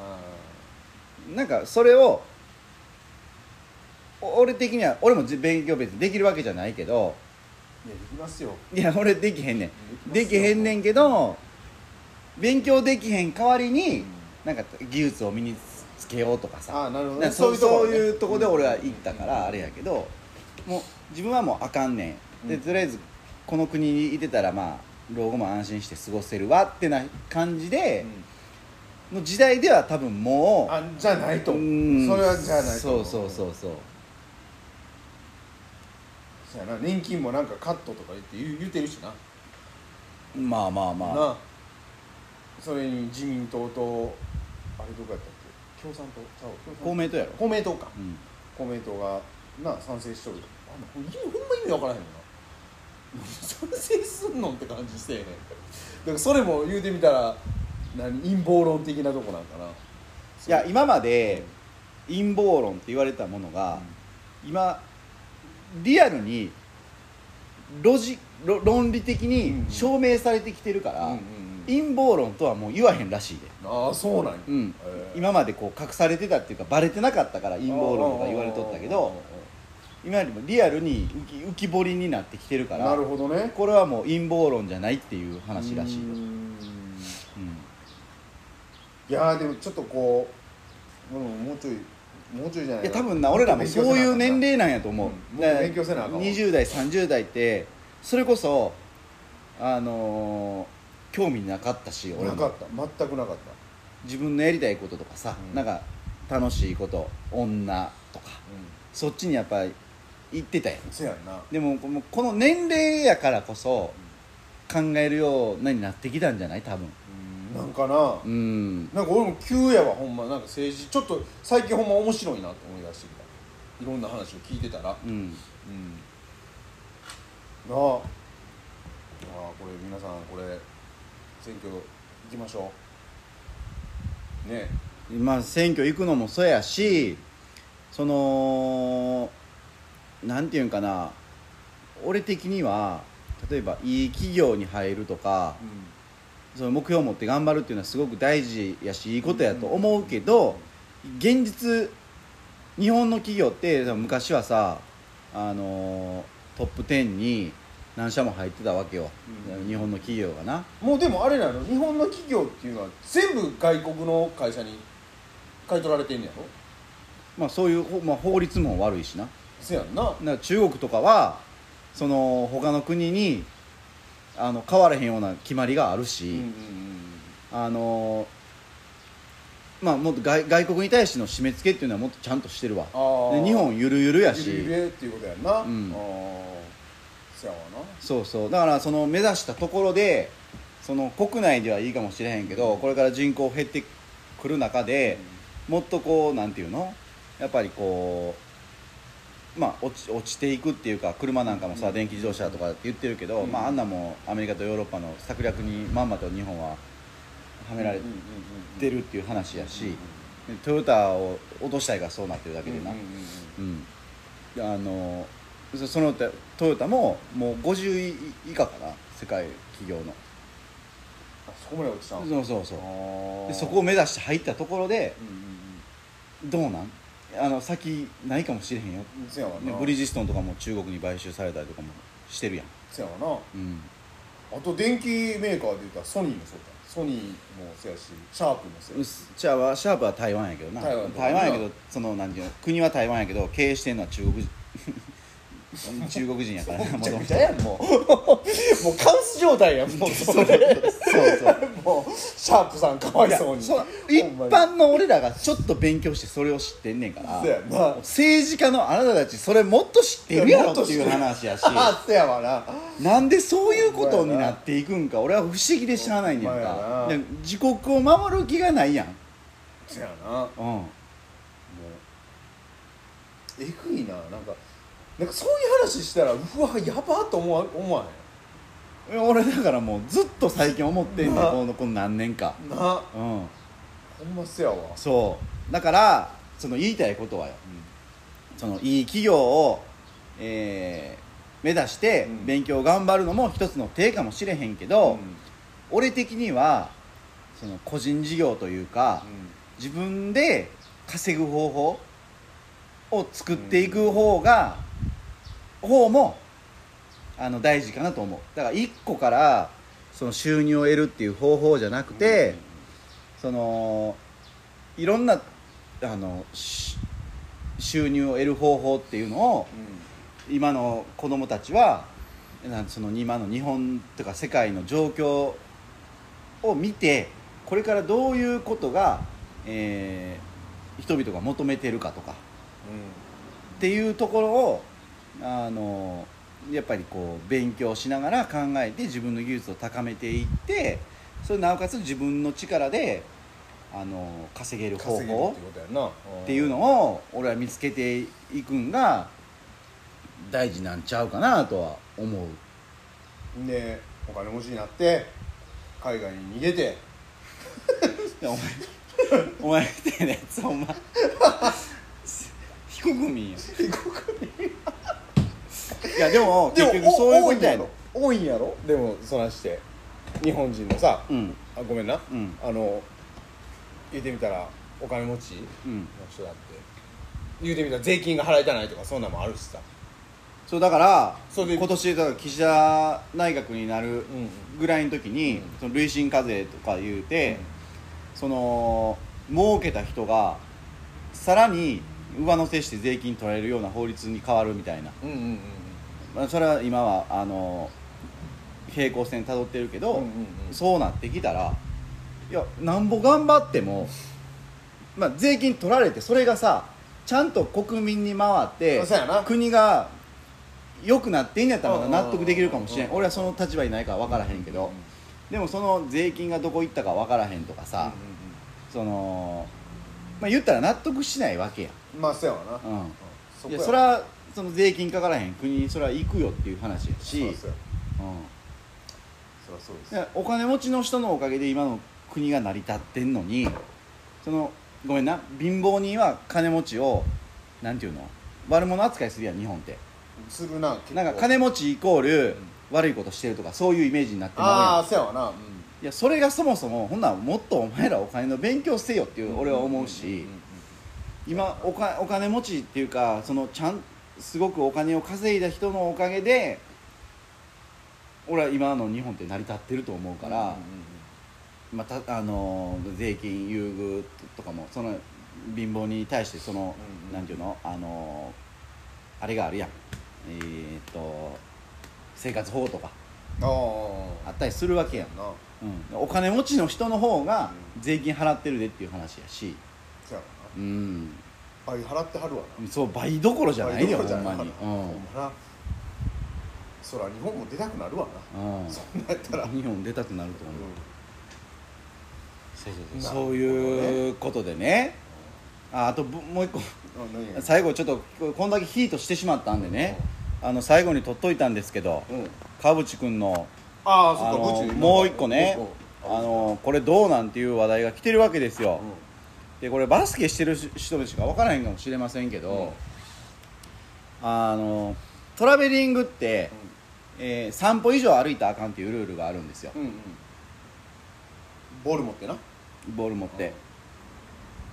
A: なんかそれをお俺的には俺もじ勉強別にできるわけじゃないけど
B: いやできますよ
A: いや俺できへんねん
B: できま
A: で
B: す
A: き
B: よ
A: へんねんけど勉強できへん代わりに、
B: うん
A: なんか技術を身につけようとか
B: あ
A: さ
B: ーなるほどね
A: なんかそうそう
B: そうい
A: いうう
B: と
A: と
B: こ
A: こ
B: ね
A: で俺は行ったからあれやけどもう自分はもうあかんねんで
B: うん
A: とりあえずこの国にいてたらまあ老後も安心して過ごせるわってな感じで
B: うん
A: の時代では多分もう
B: あじゃないと
A: う
B: 思うんそれはじゃないと
A: そ
B: 思
A: うそうそうそう
B: そやな年金もなんかカットとか言って言う言うてるしな
A: まあまあまあ
B: なそれに自民党とあれどこやったっけ共産党ちゃう共産党
A: 公明党やろ
B: 公明党か
A: うん
B: 公明党がな賛成しとるあんなほんほんま意味わからへんよな賛成すんのって感じしてへんだからそれも言うてみたら何陰謀論的なとこなんかない
A: や今まで陰謀論って言われたものが、今リアルにロジロ論理的に証明されてきてるから、
B: うんうんうん
A: 陰謀論とはもう言わへんらしいで、
B: ああそうなんや
A: うん
B: へー
A: 今までこう隠されてたっていうかバレてなかったから陰謀論とか言われとったけど今よりもリアルに浮き浮き彫りになってきてるから
B: なるほどね
A: これはもう陰謀論じゃないっていう話らしいよ
B: うーん
A: うん
B: いやーでもちょっとこううんもうちょいもうちょいじゃない
A: いや
B: な
A: 多分な俺らもそういう年齢なんやと思う、
B: うんもっと勉強せなあかんわ
A: 20代30代ってそれこそあのー興味なかったし俺
B: なか
A: も
B: った全くなかっ
A: 自分のやりたいこととかさ、
B: うん
A: なんか楽しいこと女とか
B: た、う
A: そっちにやっぱり行ってたやん
B: ん、せやんな
A: でもこのこの年齢やからこそ考えるようになってきたんじゃない多分
B: なんかな
A: うん
B: なんか俺も急やわほんまなんか政治ちょっと最近ほんま面白いなって思い出してきたいろんな話を聞いてたら
A: うん
B: うんなあああこれ皆さんこれ選挙行きましょうね
A: まあ選挙行くのもそうやしそのなんていうんかな俺的には例えばいい企業に入るとか
B: え、
A: その目標を持って頑張るっていうのはすごく大事やしいいことやと思うけど現実日本の企業って昔はさあのトップ10に何社も入ってたわけよ、
B: うん
A: 日本の企業がな
B: もうでもあれなの日本の企業っていうのは全部外国の会社に買い取られてんねやろ
A: まあそういう、ほまあ、法律も悪いしな
B: せやんな
A: だから中国とかはその他の国にあの変わらへんような決まりがあるし、
B: うんうん
A: あのまあもっと外外国に対しての締め付けっていうのはもっとちゃんとしてるわ
B: あー
A: で日本ゆるゆる
B: う
A: や
B: ん
A: し
B: ゆるゆるっていうことやんな、
A: うん
B: ああせやわな
A: そうそうだからその目指したところでその国内ではいいかもしれへんけどこれから人口減ってくる中でもっとこうなんていうのやっぱりこうまあ落ち落ちていくっていうか車なんかもさ電気自動車とかって言ってるけど、
B: うん
A: まああんなもんアメリカとヨーロッパの策略にまんまと日本ははめられ
B: うんうんうんうん
A: てるっていう話やし、でトヨタを落としたいがそうなってるだけでな、
B: うんうんうん
A: うん、あのそその他トヨタももう50位以下かな世界企業の
B: あそこまで落ちたん
A: そうそうそう
B: あー
A: でそこを目指して入ったところで
B: うん
A: どうなんあの先ないかもしれへんよ
B: うんうんせやわな
A: ブリヂストンとかも中国に買収されたりとかもしてるやん、
B: せやわな
A: うん、
B: あと電気メーカーで言ったらソニーもそうだソニーもそうやしシャープもそう
A: うっ
B: やし
A: すじゃあシャープは台湾やけどな
B: 台湾
A: やけどその何ていうの国は台湾やけど経営してんのは中国 人中国人やからな
B: め
A: も
B: ち
A: と
B: ゃ
A: も
B: く
A: と
B: ちゃやん もうもうカオス状態やんもう それ
A: そうそう
B: もうシャープさんかわい
A: いや
B: そうに
A: そうな一
B: ほんまに
A: 般の俺らがちょっと勉強してそれを知ってんねんから
B: そうやな
A: 政治家のあなたたちそれもっと知ってるやろっていう話や し
B: あせやわな
A: なんでそういうことになっていくんか俺は不思議でしゃあないねん
B: ほんまや
A: か
B: な
A: で自国を守る気がないやん
B: せやなもう
A: うん
B: えぐいななんかなんかそういう話したらうわやばっと思わ思わ
A: 俺だからもうずっと最近思ってんねん
B: な
A: このこの何年か
B: へんな
A: うん
B: ほんませやわう
A: そうだからその言いたいことはよ
B: ん
A: そのいい企業を、えー目指して
B: うん
A: 勉強を頑張るのも一つの手かもしれへんけど、
B: うん
A: 俺的にはその個人事業というか、自分で稼ぐ方法を作っていく方が、方もあの大事かなと思うだから1個からその収入を得るっていう方法じゃなくて、そのいろんなあのし収入を得る方法っていうのを今の子供たちはなんその今の日本とか世界の状況を見てこれからどういうことが、えー人々が求めてるかとかっていうところをあのやっぱりこう勉強しながら考えて自分の技術を高めていってそれなおかつ自分の力であの稼げる
B: うん
A: 方
B: 稼げる
A: 法
B: ってことやんな
A: っていうのを俺は見つけていくんが大事なんちゃうかなとは 思う
B: でお金持ちになって海外に逃げ て
A: でお前お前みたいなやつお前非国民や非国民いやでも結局そういうことやろ
B: 多いんやろでもそらして日本人のさ、
A: うん
B: あごめんな、
A: うん
B: あの言ってみたらお金持ちの
A: うん
B: 人だって言うてみたら税金が払えてないとかそんなんもあるしさ
A: そうだから
B: それで
A: 今年だから岸田内閣になる
B: ん
A: ぐらいの時に、
B: うん
A: その累進課税とか言うて、その儲けた人がさらに上乗せして税金取られるような法律に変わるみたいな、
B: うんうんうん
A: まあ、それは今はあの平行線たどってるけど、
B: うんうんうん
A: そうなってきたらいやなんぼ頑張っても、まあ、税金取られてそれがさちゃんと国民に回って
B: あそうやな
A: 国が良くなっていいんやったらまだ
B: うんうんうん
A: 納得できるかもしれん
B: うんうん
A: 俺はその立場にないから分からへんけど、
B: うんうんうん
A: でもその税金がどこ行ったか分からへんとかさ、その、まあ、言ったら納得しないわけや、
B: うんまあそうやわな、
A: うん
B: そこ
A: いや
B: やわ
A: それはその税金かからへん国にそれは行くよっていう話やし、うん、
B: そうやそりゃそうです
A: いやお金持ちの人のおかげで今の国が成り立ってんのにそのごめんな貧乏人は金持ちをなんていうの悪者扱いするやん日本って
B: するな結構
A: なんか金持ちイコール悪いことしてるとかそういうイメージになってまう
B: あ
A: や
B: あ
A: ん
B: そうやわな、うん
A: いやそれがそもそもほんならもっとお前らお金の勉強せよっていう俺は思うし、
B: んん
A: 今おかお金持ちっていうかそのちゃんすごくお金を稼いだ人のおかげで俺は今の日本って成り立ってると思うから、
B: うんうんうん
A: まあたあのー税金優遇とかもその貧乏に対してその、
B: うんうん
A: なんていうの、あのーあれがあるやんえーっと生活保護とか
B: ああ
A: あったりするわけやん、
B: な
A: うん、お金持ちの人の方が税金払ってるでっていう話やし
B: そうや
A: うん
B: わな倍払ってはるわな
A: そう倍どころじゃない
B: 倍
A: よ
B: どこ
A: ほ
B: ろじゃ
A: ん
B: な
A: ま
B: い
A: に、う
B: ほんまなそら日本も出たくなるわな、
A: んうん
B: そんなんやったら、うん
A: 日本出たくなると思う、そう
B: そうそう
A: いうことでねああとぶもう一個
B: あ何が
A: 最後ちょっとこんだけヒートしてしまったんでね、あの最後に取っといたんですけど、
B: うん
A: 川淵君の
B: ああそっ
A: あ
B: か
A: の
B: 宇宙に
A: もう一個ね
B: うんうん
A: あのこれどうなんていう話題が来てるわけですよ、
B: うん
A: でこれバスケしてる人しか分からへんかもしれませんけど、あのトラベリングって、えー散歩以上歩いたらあかんっていうルールがあるんですよ
B: うんうんボール持ってな
A: ボール持って、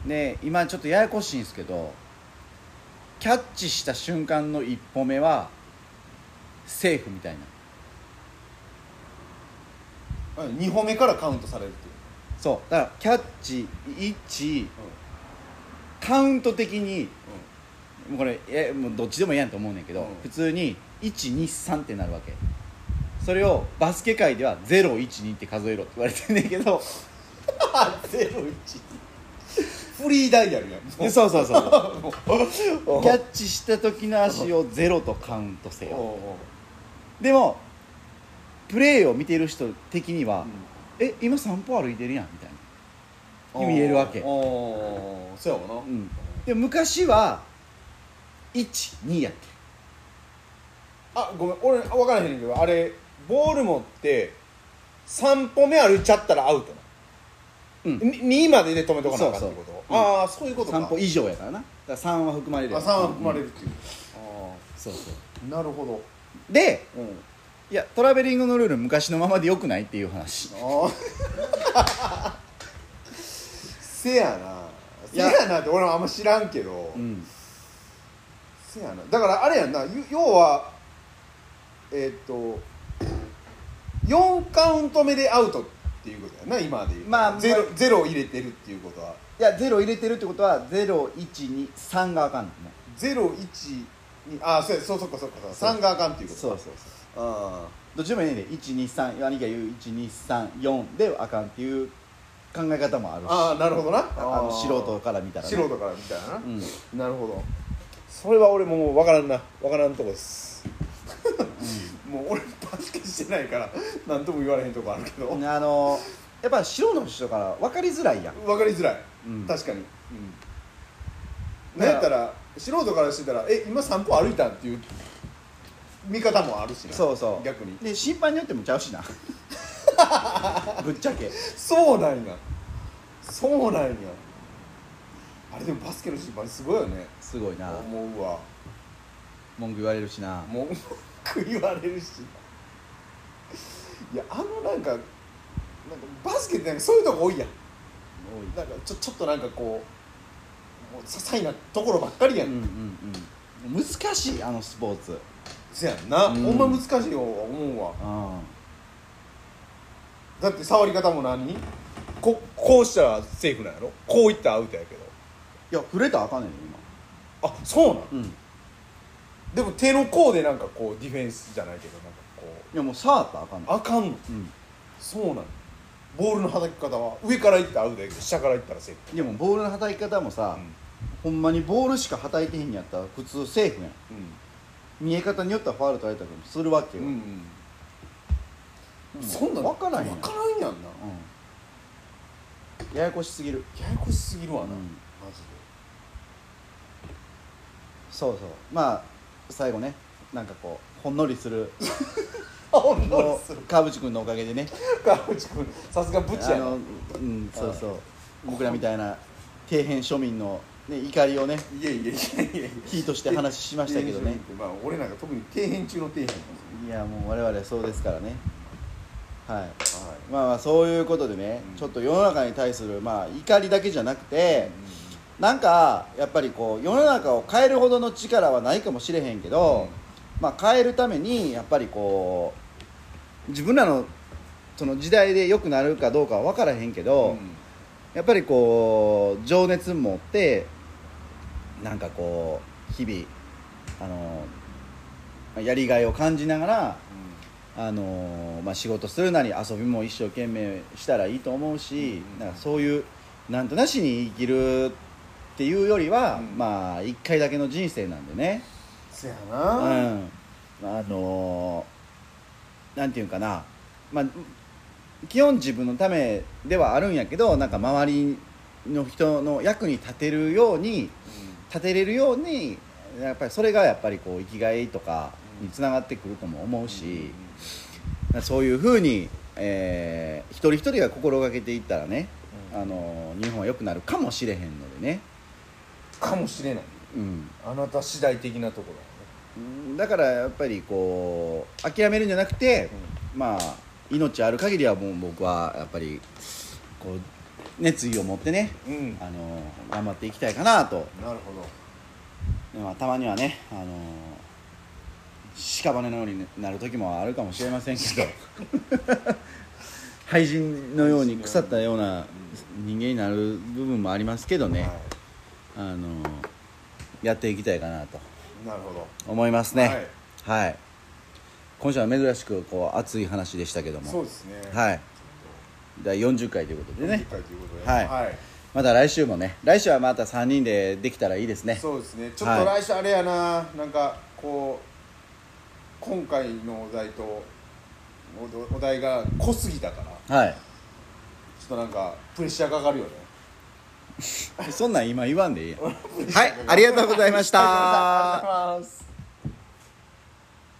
A: で今ちょっとややこしいんですけどキャッチした瞬間の一歩目はセーフみたいな
B: 2歩目からカウントされるっていう、
A: そうだからキャッチ1カウント的にもうこれえもうどっちでもいいやんと思うねんけど、
B: うん
A: 普通に123ってなるわけそれをバスケ界では012って数えろって言われてんねん けど
B: ゼロ一フリーダイヤルやん
A: でそうそ うそうキャッチした時の足を0とカウントせ
B: おう
A: よ
B: おう
A: でもプレーを見てる人的には、え今散歩歩いてるやんみたいなに見えるわけ
B: おうおうそうやわな、
A: んで昔は12やって
B: あごめん俺分からへんけどあれボール持って3歩目歩いちゃったらアウト
A: う
B: な、
A: ん
B: に2までで止めとかなあかったってこと
A: そうそう
B: ああそういうことか
A: 散歩以上やからなだから3は含まれる
B: あ
A: やん
B: 3は含まれ
A: うん
B: るっていう、あ
A: そうそ
B: あなるほど
A: うで
B: うん
A: いやトラベリングのルール昔のままでよくないっていう話
B: ああ せやなせ
A: や
B: やなって俺もあんま知らんけど、
A: うん
B: せやなだからあれやんなゆ要はえーっと4カウント目でアウトっていうことやな今で言う
A: まあ
B: ゼロ
A: ま
B: ゼロを入れてるっていうことはい
A: や0入れてるってことは023があかんのね
B: ゼロ一にあそうやそうそうかそうかそうか三があかんっていうこと
A: そうそうそう
B: あ
A: どっちでもいいね123兄貴が言う1234であかんっていう考え方もあるし
B: ああなるほどな
A: あの素人から見たら、ね、
B: 素人からみたいな、
A: うん
B: なるほどそれは俺もう分からんな分からんとこです、 もう俺バスケしてないから何とも言われへんとこあるけど、
A: あのやっぱ素人の人から分かりづらいやん
B: 分かりづらい、
A: うん
B: 確かに、
A: うん
B: なんやったら素人からしてたら「え今散歩歩いたん?」っていう見方もあるしな
A: そうそう
B: 逆に
A: で審判によってもちゃうしな ぶっちゃけ
B: そうなんやそうなんやあれでもバスケの審判すごいよね
A: すごいな
B: 思うわ
A: 文句言われるしな
B: 文句言われるしいやあのなんか
C: なんかバスケってなんかそういうとこ多いやん
A: 多い
C: なんかちょちょっとなんかこうもう些細なところばっかりやん、
A: うんうんうん難しいあのスポーツ
C: せやんな、
A: うん
C: ほんま難しいよ思うわ
A: うん
C: だって触り方も何
B: ここうしたらセーフなんやろこういったらアウトやけど
A: いや触れたらあかんねんね
B: あそうなん
A: 今うんい
B: でも手の甲でなんかこうディフェンスじゃないけどなんかこ
A: やもう触ったらあかんねん
B: うあかんの
A: うん
B: そうなのボールのはたき方は上からいったらアウトやけど下からいったらセーフ
A: でもボールの叩き方もさ、ほんまにボールしか叩いてへんやったら普通セーフやん見え方によってはファウル取られたりもするわけ
B: う
A: よ、
B: ん、うん
A: う
B: そんなん
A: 分からへんやん
B: 分からんやんな
A: うん、ややこしすぎる
B: ややこしすぎるわな、
A: うん
B: マジで
A: そうそうまあ最後ねなんかこうほんのりする
B: あほん
A: の川淵君のおかげでね
B: 川口君さすがブチ
A: あ
B: やな
A: のうんそうそう僕らみたいな底辺庶民の、ね、怒りをね
B: いやいやいやいや
A: キーとして話しましたけどね
B: まあ俺なんか特に底辺中の底辺なんです
A: いやもう我々そうですからねはい
B: よはい
A: まあまあそういうことでね、
B: うん
A: ちょっと世の中に対するまあ怒りだけじゃなくて、
B: う
A: なんかやっぱりこう世の中を変えるほどの力はないかもしれへんけど、まあ変えるためにやっぱりこう自分らのその時代で良くなるかどうかは分からへんけど、
B: ん
A: やっぱりこう情熱持ってなんかこう日々あのやりがいを感じながらあのーまあ、仕事するなり遊びも一生懸命したらいいと思うし、
B: うん
A: なんかそういうなんとなしに生きるっていうよりは、
B: うん
A: まあ一回だけの人生なんでね、
B: せや
A: うん
B: な
A: あのーなんていうんかな、まあ、基本自分のためではあるんやけどなんか周りの人の役に立てるように立てれるようにやっぱりそれがやっぱりこう生きがいとかにつながってくるとも思うし。そういうふうに、えー一人一人が心がけていったらね、
B: うん
A: あの日本は良くなるかもしれへんのでね、
B: かもしれない
A: うん、
B: あなた次第的なとこ
A: だからやっぱりこう諦めるんじゃなくて
B: ろ、やね
A: まあ命ある限りはもう僕はやっぱりこう熱意を持ってね、
B: うん
A: あの頑張っていきたいかなと、
B: なるほど
A: まあ、たまにはね、あの屍のようになる時もあるかもしれませんけど 廃人のように腐ったような人間になる部分もありますけどね、
B: は
A: あのやっていきたいかなと
B: いなるほど
A: 思いますねはい、今週は珍しくこう熱い話でしたけども
B: そうですね
A: はい第40回ということでね
B: 今回ということで
A: はい
B: はい
A: また来週もね来週はまた3人でできたらいいですね
B: そうですねちょっと来週あれやななんかこう今回のお題とおお題が濃すぎたからちょ
A: はい
B: っとなんかプレッシャーかかるよね
A: そんなん今言わんでいいやんはいありがとうございました
B: ありがとうございます